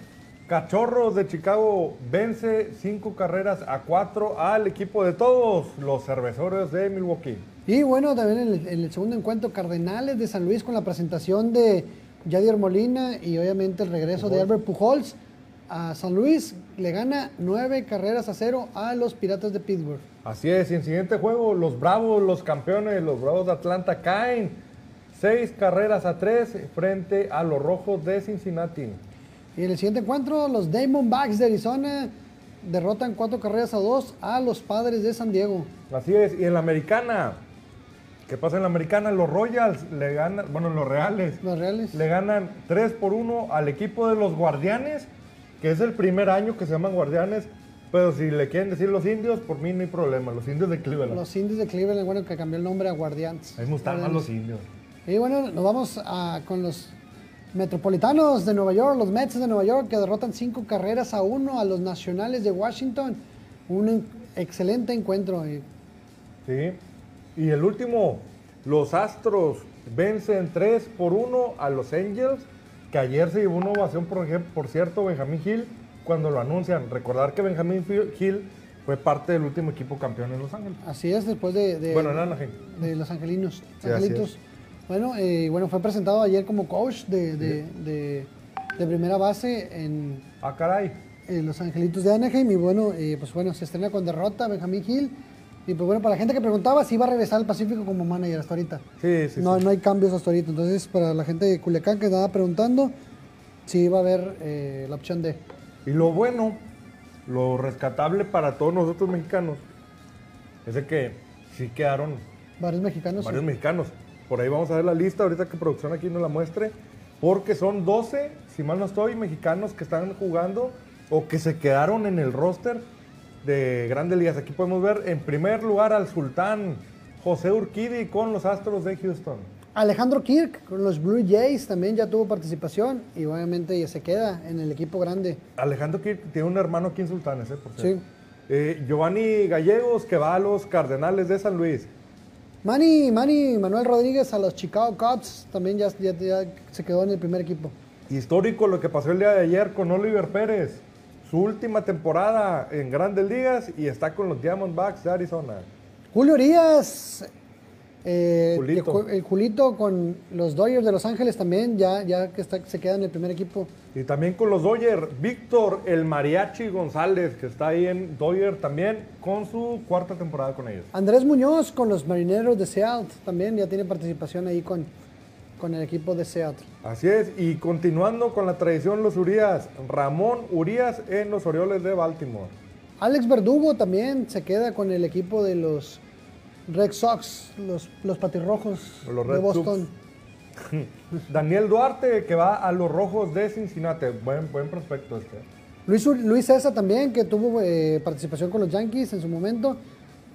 Cachorros de Chicago vence cinco carreras a cuatro al equipo de todos los cerveceros de Milwaukee. Y bueno, también en el, en el segundo encuentro, Cardenales de San Luis con la presentación de Yadier Molina y obviamente el regreso de Albert Pujols a San Luis. Le gana nueve carreras a cero a los Piratas de Pittsburgh. Así es, y en siguiente juego, los Bravos, los campeones, los Bravos de Atlanta caen seis carreras a tres frente a los Rojos de Cincinnati. Y en el siguiente encuentro, los Diamondbacks de Arizona derrotan cuatro carreras a dos a los Padres de San Diego. Así es, y en la americana, ¿qué pasa en la americana? Los Royals le ganan, bueno, los Reales Los Reales. le ganan 3 por 1 al equipo de los Guardianes, que es el primer año que se llaman Guardianes, pero si le quieren decir los indios, por mí no hay problema, los indios de Cleveland. Los Indios de Cleveland, bueno, que cambió el nombre a Guardians. A mí me gustan más los indios. Y bueno, nos vamos a- con los Metropolitanos de Nueva York, los Mets de Nueva York, que derrotan cinco carreras a uno a los Nacionales de Washington. Un en- excelente encuentro. Y ¿sí? Y el último, los Astros vencen 3 por 1 a los Angels, que ayer se llevó una ovación, por, ej- por cierto, Benjamín Hill, cuando lo anuncian. Recordar que Benjamín Fi- Hill fue parte del último equipo campeón en Los Ángeles. así es, después de, de- Bueno, en Anaheim. de los angelinos. Sí, angelitos. así Bueno, eh, bueno, fue presentado ayer como coach de, de- de- de primera base en, Ah, caray. eh, Los Angelitos de Anaheim y bueno, eh, pues bueno, se estrena con derrota Benjamín Hill y pues bueno, para la gente que preguntaba si iba a regresar al Pacífico como manager hasta ahorita. Sí, sí, no, sí. no hay cambios hasta ahorita, entonces para la gente de Culiacán que estaba preguntando si iba a haber eh, la opción de... Y lo bueno, lo rescatable para todos nosotros mexicanos, es de que sí quedaron Varios mexicanos. varios sí. mexicanos. Por ahí vamos a ver la lista, ahorita que producción aquí nos la muestre, porque son 12, si mal no estoy, mexicanos que están jugando o que se quedaron en el roster de Grandes Ligas. Aquí podemos ver en primer lugar al Sultán José Urquidi con los Astros de Houston. Alejandro Kirk con los Blue Jays también ya tuvo participación y obviamente ya se queda en el equipo grande. Alejandro Kirk tiene un hermano aquí en Sultanes, ¿eh? Por cierto. Sí. Eh, Giovanni Gallegos que va a los Cardenales de San Luis. Manny, Manny Manuel Rodríguez a los Chicago Cubs también ya, ya- ya se quedó en el primer equipo. Histórico lo que pasó el día de ayer con Oliver Pérez. Su última temporada en Grandes Ligas y está con los Diamondbacks de Arizona. Julio Urias, eh, Julito. que ju- el Julito con los Dodgers de Los Ángeles también, ya, ya que está- se queda en el primer equipo. Y también con los Dodgers, Víctor el Mariachi González, que está ahí en Dodgers también, con su cuarta temporada con ellos. Andrés Muñoz con los Marineros de Seattle también, ya tiene participación ahí con, con el equipo de Seattle. Así es, y continuando con la tradición, los Urias, Ramón Urias en los Orioles de Baltimore. Alex Verdugo también se queda con el equipo de los Red Sox, los, los patirrojos Los de Red Boston. Daniel Duarte, que va a los Rojos de Cincinnati. Buen, buen prospecto este. Luis, Ur- Luis César también, que tuvo eh, participación con los Yankees en su momento,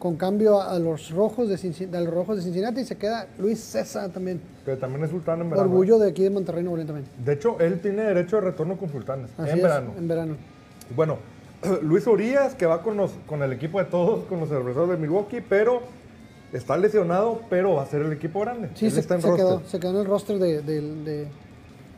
con cambio a, a los rojos de Cincinnati, a los rojos de Cincinnati, y se queda Luis César también. Que también es sultán en verano. ¿eh? Orgullo de aquí de Monterrey Nuevo León también. De hecho, él tiene derecho de retorno con sultanes Así en es, verano. En verano. Bueno, [clears throat] Luis Urias, que va con, los, con el equipo de todos, con los cerveceros de Milwaukee, pero está lesionado, pero va a ser el equipo grande. Sí, Él se, está en se roster. quedó, se quedó en el roster de, del- de-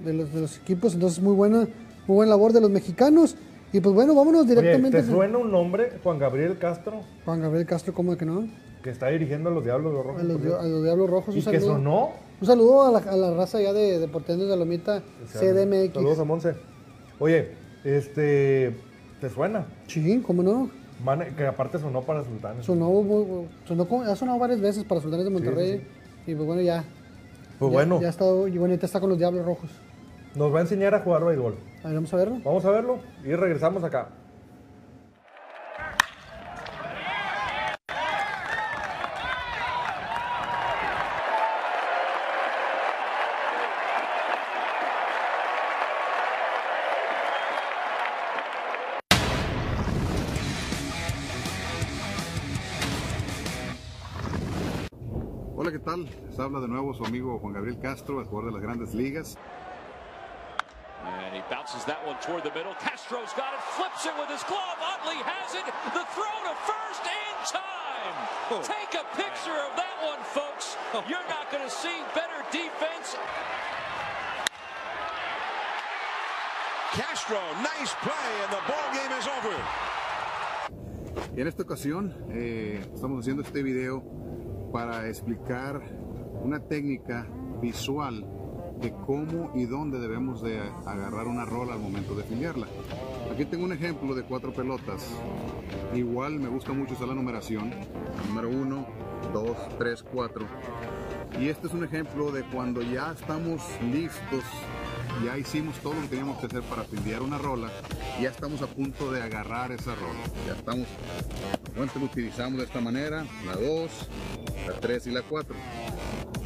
de los, de los equipos, entonces muy buena, muy buena labor de los mexicanos. Y pues bueno, vámonos Oye, directamente ¿te suena un nombre, Juan Gabriel Castro, Juan Gabriel Castro, ¿cómo de que no? que está dirigiendo a los Diablos de Rojo? A los, a los Diablos Rojos, un y que saludo. sonó. Un saludo a la, a la raza ya de, de Porteños de Lomita, CDMX. Saludos a Monse. Oye, este, ¿te suena? Sí, ¿cómo no? Man- que aparte sonó para Sultanes. Sonó, muy- sonó como- ha sonado varias veces para Sultanes de Monterrey. Y pues bueno, ya. Pues ya- bueno, Ya, ha estado, y bueno, ahorita está con los Diablos Rojos. nos va a enseñar a jugar béisbol. A ver, vamos a verlo. Vamos a verlo y regresamos acá. Hola, ¿qué tal? Les habla de nuevo su amigo Juan Gabriel Castro, el jugador de las grandes ligas. And he bounces that one toward the middle. Castro's got it, flips it with his glove. Utley has it. The throw to first in time. Take a picture of that one, folks. You're not going to see better defense. Castro, nice play, and the ball game is over. Y en esta ocasión eh, estamos haciendo este video para explicar una técnica visual de cómo y dónde debemos de agarrar una rola al momento de filiarla. Aquí tengo un ejemplo de cuatro pelotas. Igual me gusta mucho usar la numeración. Número 1, 2, 3, 4. Y este es un ejemplo de cuando ya estamos listos, ya hicimos todo lo que teníamos que hacer para filiar una rola, ya estamos a punto de agarrar esa rola. Ya estamos, normalmente lo utilizamos de esta manera, la 2, la 3 y la 4.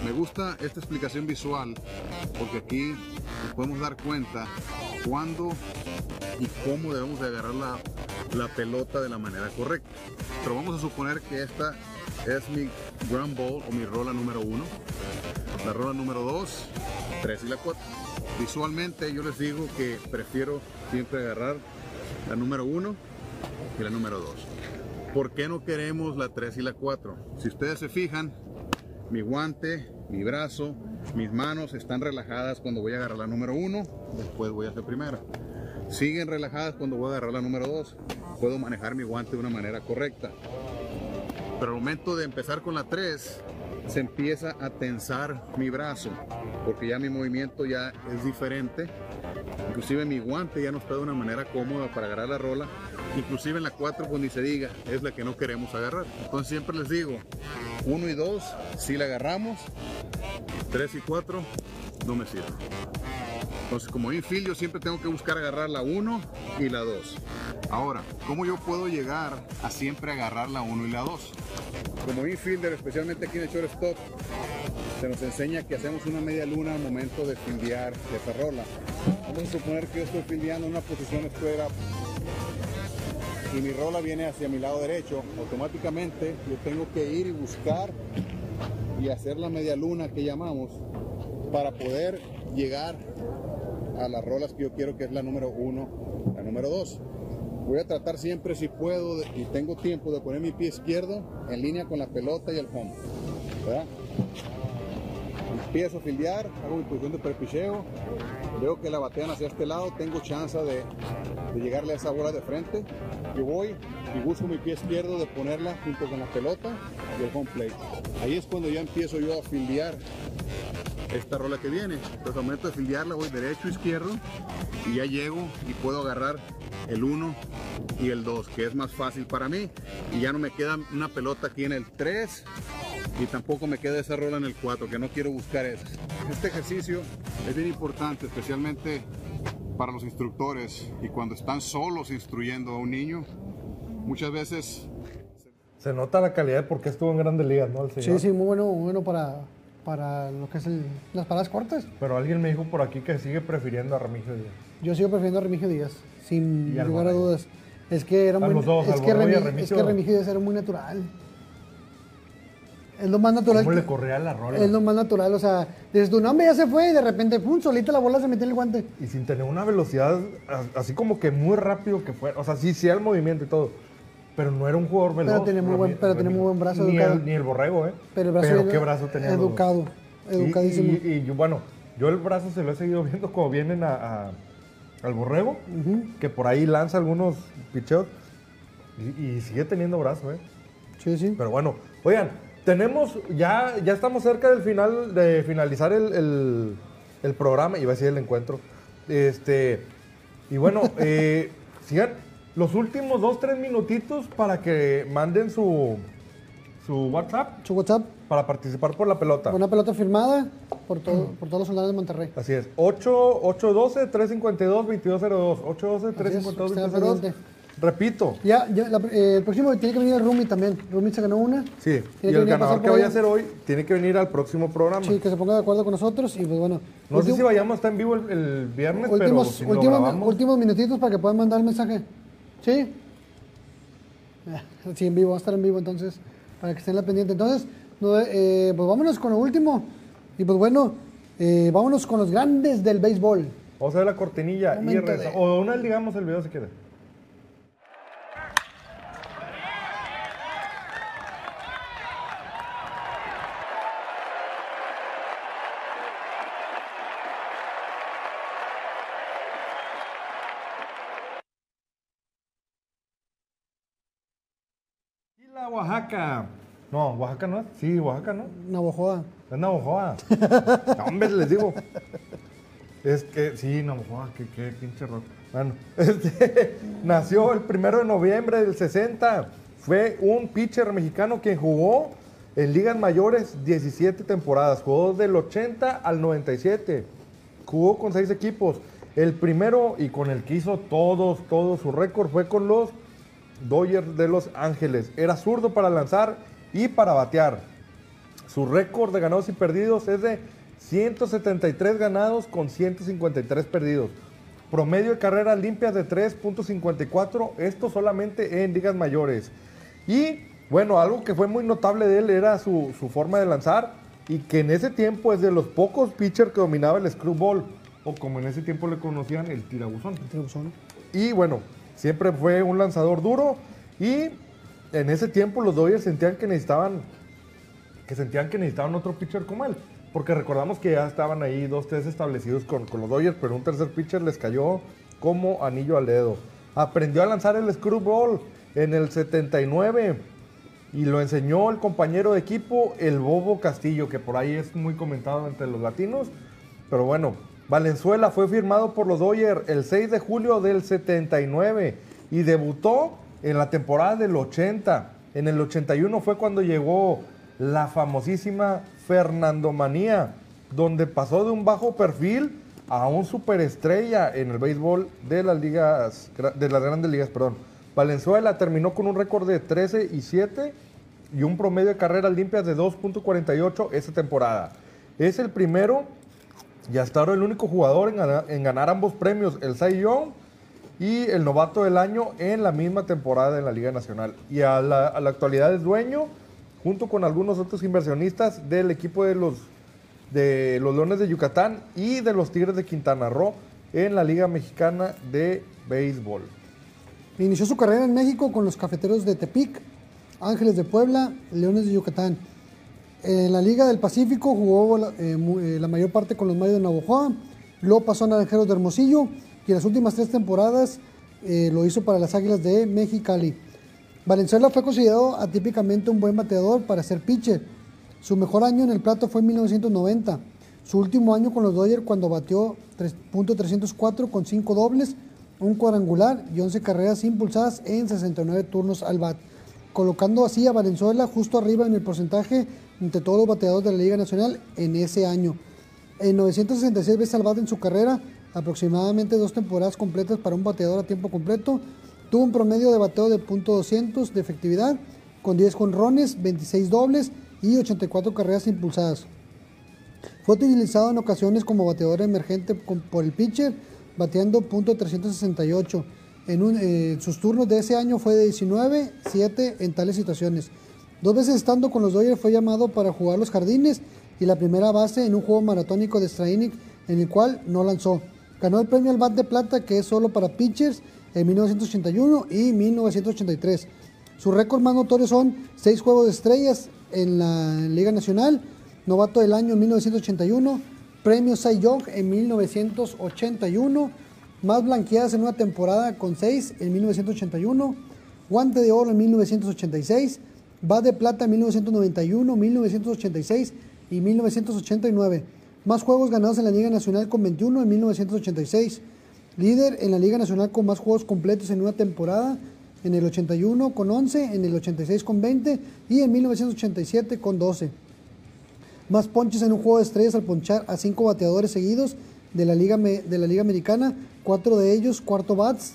Me gusta esta explicación visual porque aquí nos podemos dar cuenta cuándo y cómo debemos de agarrar la, la pelota de la manera correcta. Pero vamos a suponer que esta es mi ground ball o mi rola número uno, la rola número dos, tres y la cuatro. Visualmente yo les digo que prefiero siempre agarrar la número uno y la número dos. ¿Por qué no queremos la 3 y la 4? Si ustedes se fijan, mi guante, mi brazo, mis manos están relajadas cuando voy a agarrar la número 1, después voy a hacer primera. Siguen relajadas cuando voy a agarrar la número 2. Puedo manejar mi guante de una manera correcta. Pero al momento de empezar con la 3, se empieza a tensar mi brazo, porque ya mi movimiento ya es diferente. Inclusive mi guante ya no está de una manera cómoda para agarrar la rola. Inclusive en la 4, pues ni se diga, es la que no queremos agarrar. Entonces siempre les digo, 1 y 2, si la agarramos, 3 y 4, no me sirve. Entonces, como infield, yo siempre tengo que buscar agarrar la 1 y la 2. Ahora, ¿cómo yo puedo llegar a siempre agarrar la 1 y la 2? Como infielder, especialmente aquí en el shortstop, se nos enseña que hacemos una media luna al momento de fildear esa rola. Vamos a suponer que yo estoy fildeando en una posición escuera y mi rola viene hacia mi lado derecho, automáticamente yo tengo que ir y buscar y hacer la media luna que llamamos para poder llegar a las rolas que yo quiero, que es la número uno, la número dos. Voy a tratar siempre, si puedo de- y tengo tiempo, de poner mi pie izquierdo en línea con la pelota y el home. ¿verdad? Empiezo a fildear, hago mi posición de perpicheo, veo que la batean hacia este lado, tengo chance de, de llegarle a esa bola de frente. Yo voy y busco mi pie izquierdo de ponerla junto con la pelota y el home plate. Ahí es cuando ya empiezo yo a fildear esta rola que viene. Entonces al momento de fildearla voy derecho, izquierdo y ya llego y puedo agarrar el 1 y el 2, que es más fácil para mí. Y ya no me queda una pelota aquí en el 3 y tampoco me queda esa rola en el 4, que no quiero buscar esa. Este ejercicio es bien importante, especialmente para los instructores y cuando están solos instruyendo a un niño. Muchas veces Se nota la calidad de por qué estuvo en Grandes Ligas, ¿no? El Sí, señor. sí, muy bueno, muy bueno para, para lo que es el- las paradas cortas. Pero alguien me dijo por aquí que sigue prefiriendo a Remigio Díaz. Yo sigo prefiriendo a Remigio Díaz, sin Y al lugar a Borrego. dudas. Es que era A muy los dos, es al que, Borrego y a Remi- Remigio. es que Remigio Díaz era muy natural. Es lo más natural. ¿Cómo le que- corría la rola? es lo más natural, o sea, dices tu nombre ya se fue y de repente, pum, solita la bola se metió en el guante. Y sin tener una velocidad a- así como que muy rápido que fuera. O sea, sí, sí, el movimiento y todo. Pero no era un jugador veloz. tenía muy Rami- buen- pero tenía Rami- muy buen brazo, Ni educado. el, ni el borrego, ¿eh? Pero el brazo era qué brazo tenía. los dos. educado, Y- educadísimo. Y, y yo, bueno, yo el brazo se lo he seguido viendo [laughs] como vienen a- a- al borrego, que por ahí lanza algunos picheos. Y, y sigue teniendo brazo, ¿eh? Sí, sí. Pero bueno, oigan, tenemos, ya, ya estamos cerca del final, de finalizar el, el- el programa, iba a decir el encuentro. Este, y [laughs] bueno, eh, sigan los últimos dos, tres minutitos para que manden su, su WhatsApp Su WhatsApp, para participar por la pelota. una pelota firmada por, todo, por todos los soldados de Monterrey. Así es, 8 812-352-2202, 812-352-2202. pendiente. Repito, Ya, ya, la- eh, el próximo tiene que venir el Rumi también. Rumi se ganó una. sí, y que el venir a ganador pasar que por vaya a allá. ser hoy tiene que venir al próximo programa. Sí, que se ponga de acuerdo con nosotros y pues bueno. No sé último- si vayamos está en vivo el, el viernes, pero últimos, si lo últimos, grabamos, últimos minutitos para que puedan mandar el mensaje. [laughs] ¿Sí? Ah, Sí, en vivo, va a estar en vivo entonces, para que estén la pendiente. Entonces, No, eh, pues vámonos con lo último. Y pues bueno, eh, vámonos con los grandes del béisbol. Vamos a ver la cortinilla y Momento regresa- de- O una vez digamos el video si quieres. Y la Oaxaca. No, Oaxaca no es. Sí, Oaxaca no. Navojoa. Es Navajoa. Pues No, Hombre, les digo. Es que, sí, Navajoa, qué, qué pinche rock. Bueno, [laughs] este, nació el primero de noviembre del 60. Fue un pitcher mexicano que jugó en ligas mayores 17 temporadas. Jugó del 80 al 97. Jugó con seis equipos. El primero y con el que hizo todos, todos su récord fue con los Dodgers de Los Ángeles. Era zurdo para lanzar y para batear. Su récord de ganados y perdidos es de 173 ganados con 153 perdidos. Promedio de carreras limpias de 3.54, esto solamente en ligas mayores. Y bueno, algo que fue muy notable de él era su, su forma de lanzar y que en ese tiempo es de los pocos pitchers que dominaba el screwball o como en ese tiempo le conocían el tirabuzón. Tribuzón. Y bueno, siempre fue un lanzador duro. Y en ese tiempo los Dodgers sentían que necesitaban, que sentían que necesitaban otro pitcher como él. Porque recordamos que ya estaban ahí dos, tres establecidos con, con los Dodgers, pero un tercer pitcher les cayó como anillo al dedo. Aprendió a lanzar el screwball en el 79 y lo enseñó el compañero de equipo, el Bobo Castillo, que por ahí es muy comentado entre los latinos. Pero bueno, Valenzuela fue firmado por los Dodgers el 6 de julio del 79 y debutó en la temporada del 80. En el 81 fue cuando llegó la famosísima Fernandomanía, donde pasó de un bajo perfil a un superestrella en el béisbol de las ligas de las grandes ligas, perdón. Valenzuela terminó con un récord de 13 y 7 y un promedio de carreras limpias de 2.48 esa temporada. Es el primero y hasta ahora el único jugador en gana- en ganar, ambos premios, el Cy Young y el novato del año en la misma temporada en la Liga Nacional. Y a la, a la actualidad es dueño, junto con algunos otros inversionistas, del equipo de los, de los Leones de Yucatán y de los Tigres de Quintana Roo en la Liga Mexicana de Béisbol. Inició su carrera en México con los cafeteros de Tepic, Ángeles de Puebla, Leones de Yucatán. En Eh, la Liga del Pacífico jugó la, eh, mu- eh, la mayor parte con los Mayos de Navojoa, luego pasó a Naranjeros de Hermosillo y en las últimas tres temporadas eh, lo hizo para las Águilas de Mexicali. Valenzuela fue considerado atípicamente un buen bateador para ser pitcher. Su mejor año en el plato fue en 1990. Su último año con los Dodgers cuando batió 3.304 con 5 dobles, un cuadrangular y 11 carreras impulsadas en 69 turnos al bat, colocando así a Valenzuela justo arriba en el porcentaje entre todos los bateadores de la Liga Nacional en ese año. En 966 veces al bat en su carrera, aproximadamente dos temporadas completas para un bateador a tiempo completo, tuvo un promedio de bateo de .200 de efectividad, con 10 jonrones, 26 dobles y 84 carreras impulsadas. Fue utilizado en ocasiones como bateador emergente con- por el pitcher, bateando .368. En un- eh, sus turnos de ese año fue de 19, 7 en tales situaciones. Dos veces estando con los Dodgers fue llamado para jugar los jardines y la primera base en un juego maratónico de Strainik en el cual no lanzó. Ganó el premio al Bat de Plata que es solo para pitchers en 1981 y 1983. Sus récords más notorios son seis juegos de estrellas en la Liga Nacional, novato del año en 1981, premio Cy Young en 1981, más blanqueadas en una temporada con seis en 1981, guante de oro en 1986, bat de plata en 1991, 1986 y 1989, más juegos ganados en la Liga Nacional con 21 en 1986. Líder en la Liga Nacional con más juegos completos en una temporada, en el 81 con 11, en el 86 con 20 y en 1987 con 12. Más ponches en un juego de estrellas al ponchar a cinco bateadores seguidos de la Liga, Me- de la Liga Americana, cuatro de ellos cuarto bats.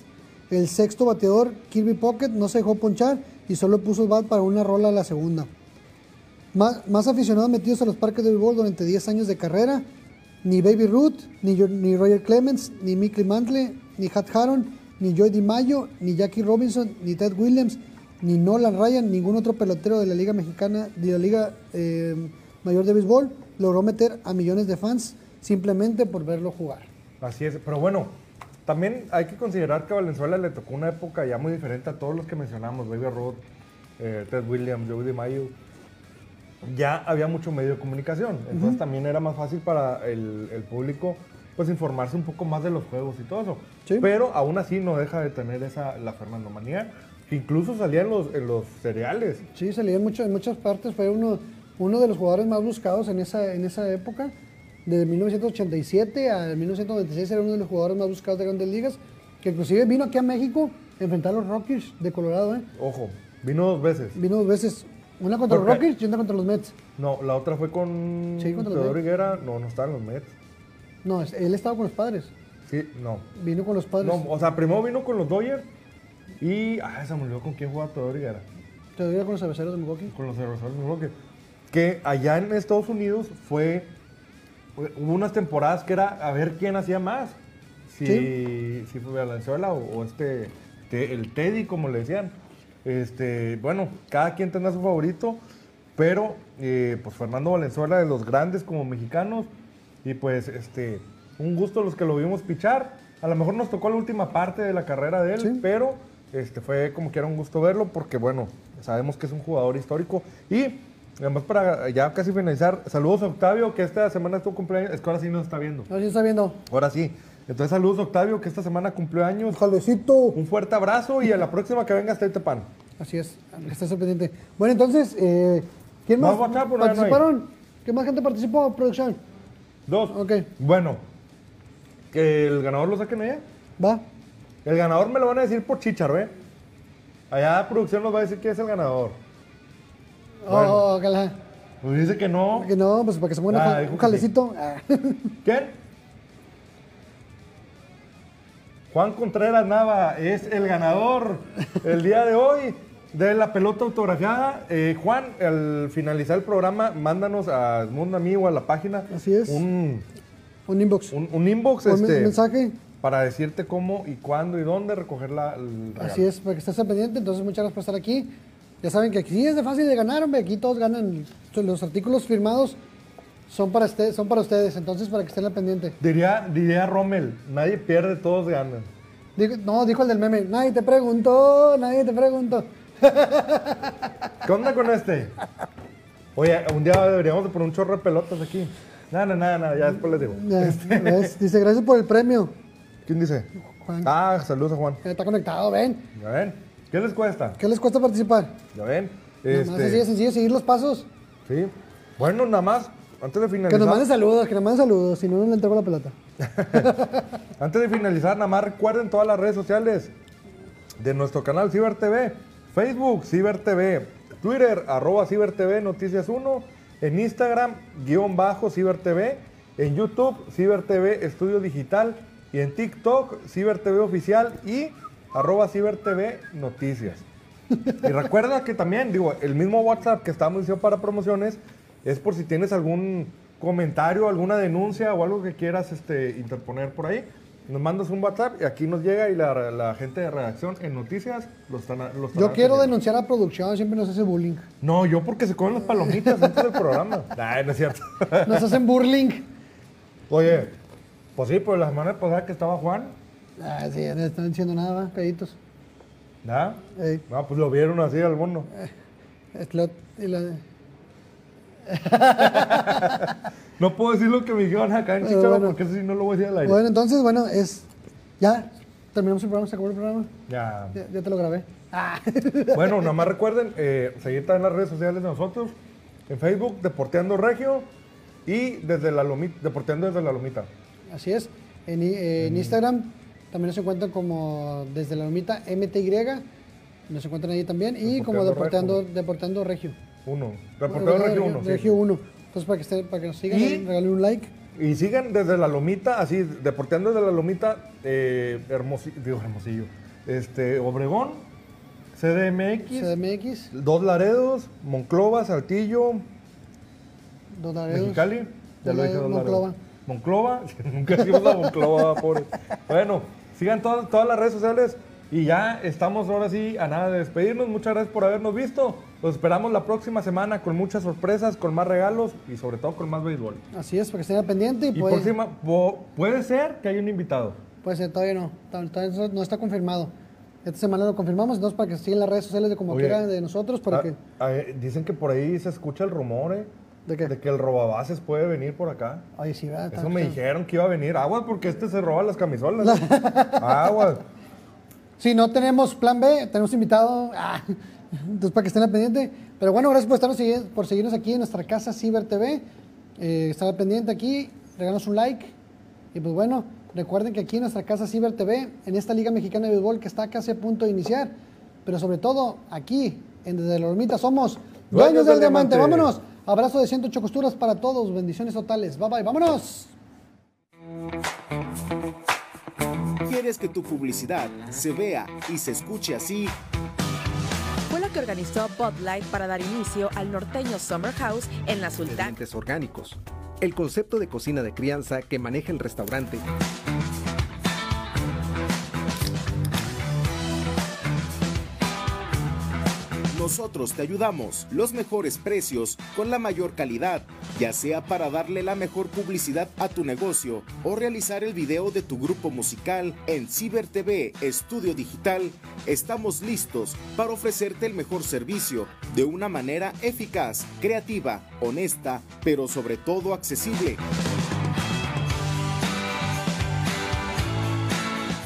El sexto bateador, Kirby Pocket, no se dejó ponchar y solo puso el bat para una rola a la segunda. Más, más aficionados metidos a los parques de béisbol durante 10 años de carrera. Ni Baby Ruth, ni, Yo- ni Roger Clemens, ni Mickey Mantle, ni Hat Haron, ni Joey DiMaggio, ni Jackie Robinson, ni Ted Williams, ni Nolan Ryan, ningún otro pelotero de la Liga Mexicana, de la Liga eh, Mayor de Béisbol, logró meter a millones de fans simplemente por verlo jugar. Así es, pero bueno, también hay que considerar que a Valenzuela le tocó una época ya muy diferente a todos los que mencionamos, Baby Roth, eh, Ted Williams, Joey DiMaggio. Ya había mucho medio de comunicación, entonces también era más fácil para el, el público pues informarse un poco más de los juegos y todo eso. Sí. Pero aún así no deja de tener esa la Fernando Manía, que incluso salía en los, en los cereales. Sí, se leía en, mucho- en muchas partes, fue uno, uno de los jugadores más buscados en esa, en esa época. Desde 1987 a 1996 era uno de los jugadores más buscados de grandes ligas, que inclusive vino aquí a México a enfrentar a los Rockies de Colorado. ¿eh? Ojo, vino dos veces. Vino dos veces, una contra los Porque- Rockies y otra contra los Mets. No, la otra fue con Sí, contra los Teodoro Mets. Higuera. No, no estaban los Mets. No, es- él estaba con los padres. Sí, no. Vino con los padres. No, o sea, primero vino con los Dodgers y. Ah, se me olvidó con quién jugaba Teodoro Higuera. Te digo con los cerveceros de Milwaukee. Con los Aerosol New Rockets. Que allá en Estados Unidos fue. Hubo unas temporadas que era a ver quién hacía más. Si, si fue Valenzuela o, o este, te- El Teddy, como le decían. Este, bueno, cada quien tendrá su favorito. Pero, eh, pues Fernando Valenzuela de los grandes como mexicanos. Y pues, este. Un gusto los que lo vimos pichar. A lo mejor nos tocó la última parte de la carrera de él, Sí. pero este, fue como que era un gusto verlo porque, bueno, sabemos que es un jugador histórico. Y además, para ya casi finalizar, saludos a Octavio, que esta semana es tu cumpleaños. Es que ahora sí nos está viendo. No, sí está viendo. Ahora sí. Entonces, saludos a Octavio, que esta semana cumplió años. Jalecito. Un fuerte abrazo y a la próxima que vengas, tráete pan. Así es, estás al pendiente. Bueno, entonces, eh, ¿quién más Más WhatsApp, ¿o no? participaron? ¿Qué más gente participó, producción? Dos. Ok. Bueno, que el ganador lo saquen allá. ¿Va? El ganador me lo van a decir por chicharo, ¿eh? Allá producción nos va a decir quién es el ganador. Bueno. Oh, ojalá. Pues dice que no. Que no, pues para que se muera Ah, ja- dijo un que sí. jalecito. Ah, [laughs] ¿Quién? Juan Contreras Nava es el ganador el día de hoy de la pelota autografiada. Eh, Juan, al finalizar el programa, mándanos a Mundo Amigo, a la página. Así es. Un, un inbox. un- un inbox Un este, mensaje. para decirte cómo y cuándo y dónde recoger la. el regalo. Así es, para que estés al pendiente. Entonces, muchas gracias por estar aquí. Ya saben que aquí sí es de fácil de ganar, hombre. Aquí todos ganan. Los artículos firmados son para, este, son para ustedes. Entonces, para que estén al pendiente. Diría, diría Rommel, nadie pierde, todos ganan. Dijo- no, dijo el del meme. Nadie te preguntó, nadie te preguntó. ¿Qué onda con este? Oye, un día deberíamos de poner un chorro de pelotas aquí. Nada, nada, nada, nada, ya después les digo. Ya, Este. ¿ves? Dice, gracias por el premio. ¿Quién dice? Juan. Ah, saludos a Juan. Está conectado, ven. Ya ven. ¿Qué les cuesta? ¿Qué les cuesta participar? Ya ven. Nomás así de Este, sencillo, seguir los pasos. sí. Bueno, nada más, antes de Que nos manden finalizar, saludos, que nos manden saludos, si no, no le entrego la pelota. antes de finalizar, nada más recuerden todas las redes sociales de nuestro canal Ciber TV, Facebook Ciber TV, Twitter arroba Ciber TV Noticias 1, en Instagram guión bajo Ciber TV, en YouTube Ciber TV Estudio Digital y en TikTok Ciber TV Oficial y arroba Ciber TV Noticias. Y recuerda que también, digo, el mismo WhatsApp que estamos diciendo para promociones es por si tienes algún comentario, alguna denuncia o algo que quieras este, interponer por ahí. Nos mandas un WhatsApp y aquí nos llega y la, la gente de redacción en noticias los están a- los Yo estará quiero atendiendo. denunciar a producción, siempre nos hace bullying. No, yo porque se comen las palomitas antes del programa. Nah, no es cierto. Nos hacen burling. [laughs] Oye, pues sí, pues la semana pasada que estaba Juan, [laughs] Ah, sí, no están diciendo nada, ¿va? Peditos. ¿verdad? Ey, No, pues lo vieron así al mono. es lo- y la- No puedo decir lo que me dijeron acá en Pero Chicharo bueno. porque eso sí no lo voy a decir al aire. Bueno, entonces, bueno, es. Ya, terminamos el programa, se acabó el programa. Ya. Ya, ya te lo grabé. Ah. Bueno, nada más recuerden eh, seguir también las redes sociales de nosotros. En Facebook, Deporteando Regio y desde la Lomita, Deporteando desde la Lomita. Así es. En, i- eh, en Instagram también nos encuentran como desde la lomita MTY. Nos encuentran ahí también. Y como Deporteando deportando, deportando regio. Uno. Deporteando Regio 1. Regio 1. Entonces, para que, esté- para que nos sigan, Y- ahí, regalen un like. Y sigan desde la Lomita, así, Deporteando desde la Lomita, eh, Hermosillo, digo Hermosillo, este, Obregón, CDMX, CDMX, Dos Laredos, Monclova, Saltillo, Dos Mexicali, ya lo dije dos Monclova. Laredos. [laughs] Monclova, nunca dijimos a Monclova, pobre. Bueno, sigan todas, todas las redes sociales Y ya estamos ahora sí a nada de despedirnos. Muchas gracias por habernos visto. Los esperamos la próxima semana con muchas sorpresas, con más regalos y sobre todo con más béisbol. Así es, porque estén al pendiente y, Y puede, por encima, po- puede ser que haya un invitado. puede ser, Pues, eh, todavía no, todavía todavía no está confirmado. Esta semana lo confirmamos, entonces para que sigan las redes sociales de como Oye, quieran de nosotros, porque Ah, ah, eh, dicen que por ahí se escucha el rumor eh, ¿De qué? que el robabases puede venir por acá. Oye, sí, va, está- Eso me está- dijeron que iba a venir. Aguas, porque este se roba las [laughs] camisolas. eh. Aguas. Sí, no tenemos plan B, tenemos invitado. [laughs] Ah, entonces, para que estén al pendiente. Pero bueno, gracias por, estarnos, sigui- por seguirnos aquí en nuestra casa Ciber TV. Eh, estar al pendiente aquí, regalos un like. Y pues bueno, recuerden que aquí en nuestra casa Ciber TV, en esta Liga Mexicana de Béisbol que está casi a punto de iniciar, pero sobre todo aquí, en Desde la Hormita, somos dueños del, diamante. Vámonos. Abrazo de 108 costuras para todos. Bendiciones totales. Bye bye. Vámonos. ¿Quieres que tu publicidad se vea y se escuche así? Fue la que organizó Bud Light para dar inicio al norteño Summer House en la Sultana. ingredientes orgánicos. El concepto de cocina de crianza que maneja el restaurante. Nosotros te ayudamos. Los mejores precios con la mayor calidad, ya sea para darle la mejor publicidad a tu negocio o realizar el video de tu grupo musical en Ciber TV Estudio Digital, estamos listos para ofrecerte el mejor servicio de una manera eficaz, creativa, honesta, pero sobre todo accesible.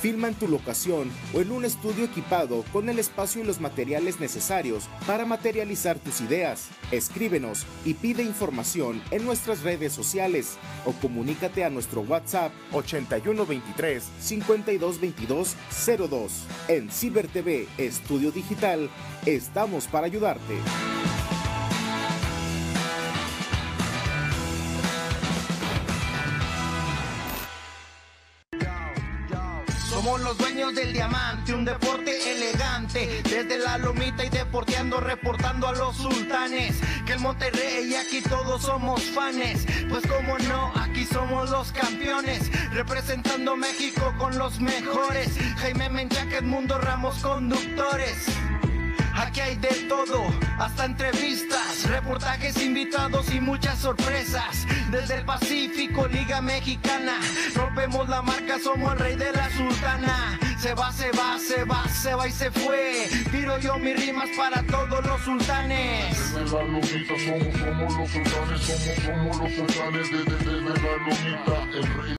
Filma en tu locación o en un estudio equipado con el espacio y los materiales necesarios para materializar tus ideas. Escríbenos y pide información en nuestras redes sociales o comunícate a nuestro WhatsApp 8123 522202. En Ciber TV Estudio Digital estamos para ayudarte. Somos los dueños del diamante, un deporte elegante. Desde la lomita y deporteando, reportando a los sultanes. Que el Monterrey y aquí todos somos fanes. Pues como no, aquí somos los campeones. Representando México con los mejores. Jaime Menchaca, Edmundo Ramos, conductores. Aquí hay de todo, hasta entrevistas, reportajes, invitados y muchas sorpresas. Desde el Pacífico, Liga Mexicana, rompemos la marca, somos el rey de la sultana. Se va, se va, se va, se va y se fue. Tiro yo mis rimas para todos los sultanes. la lomita somos, somos los sultanes, somos, somos los sultanes de, de, de la lomita, el rey.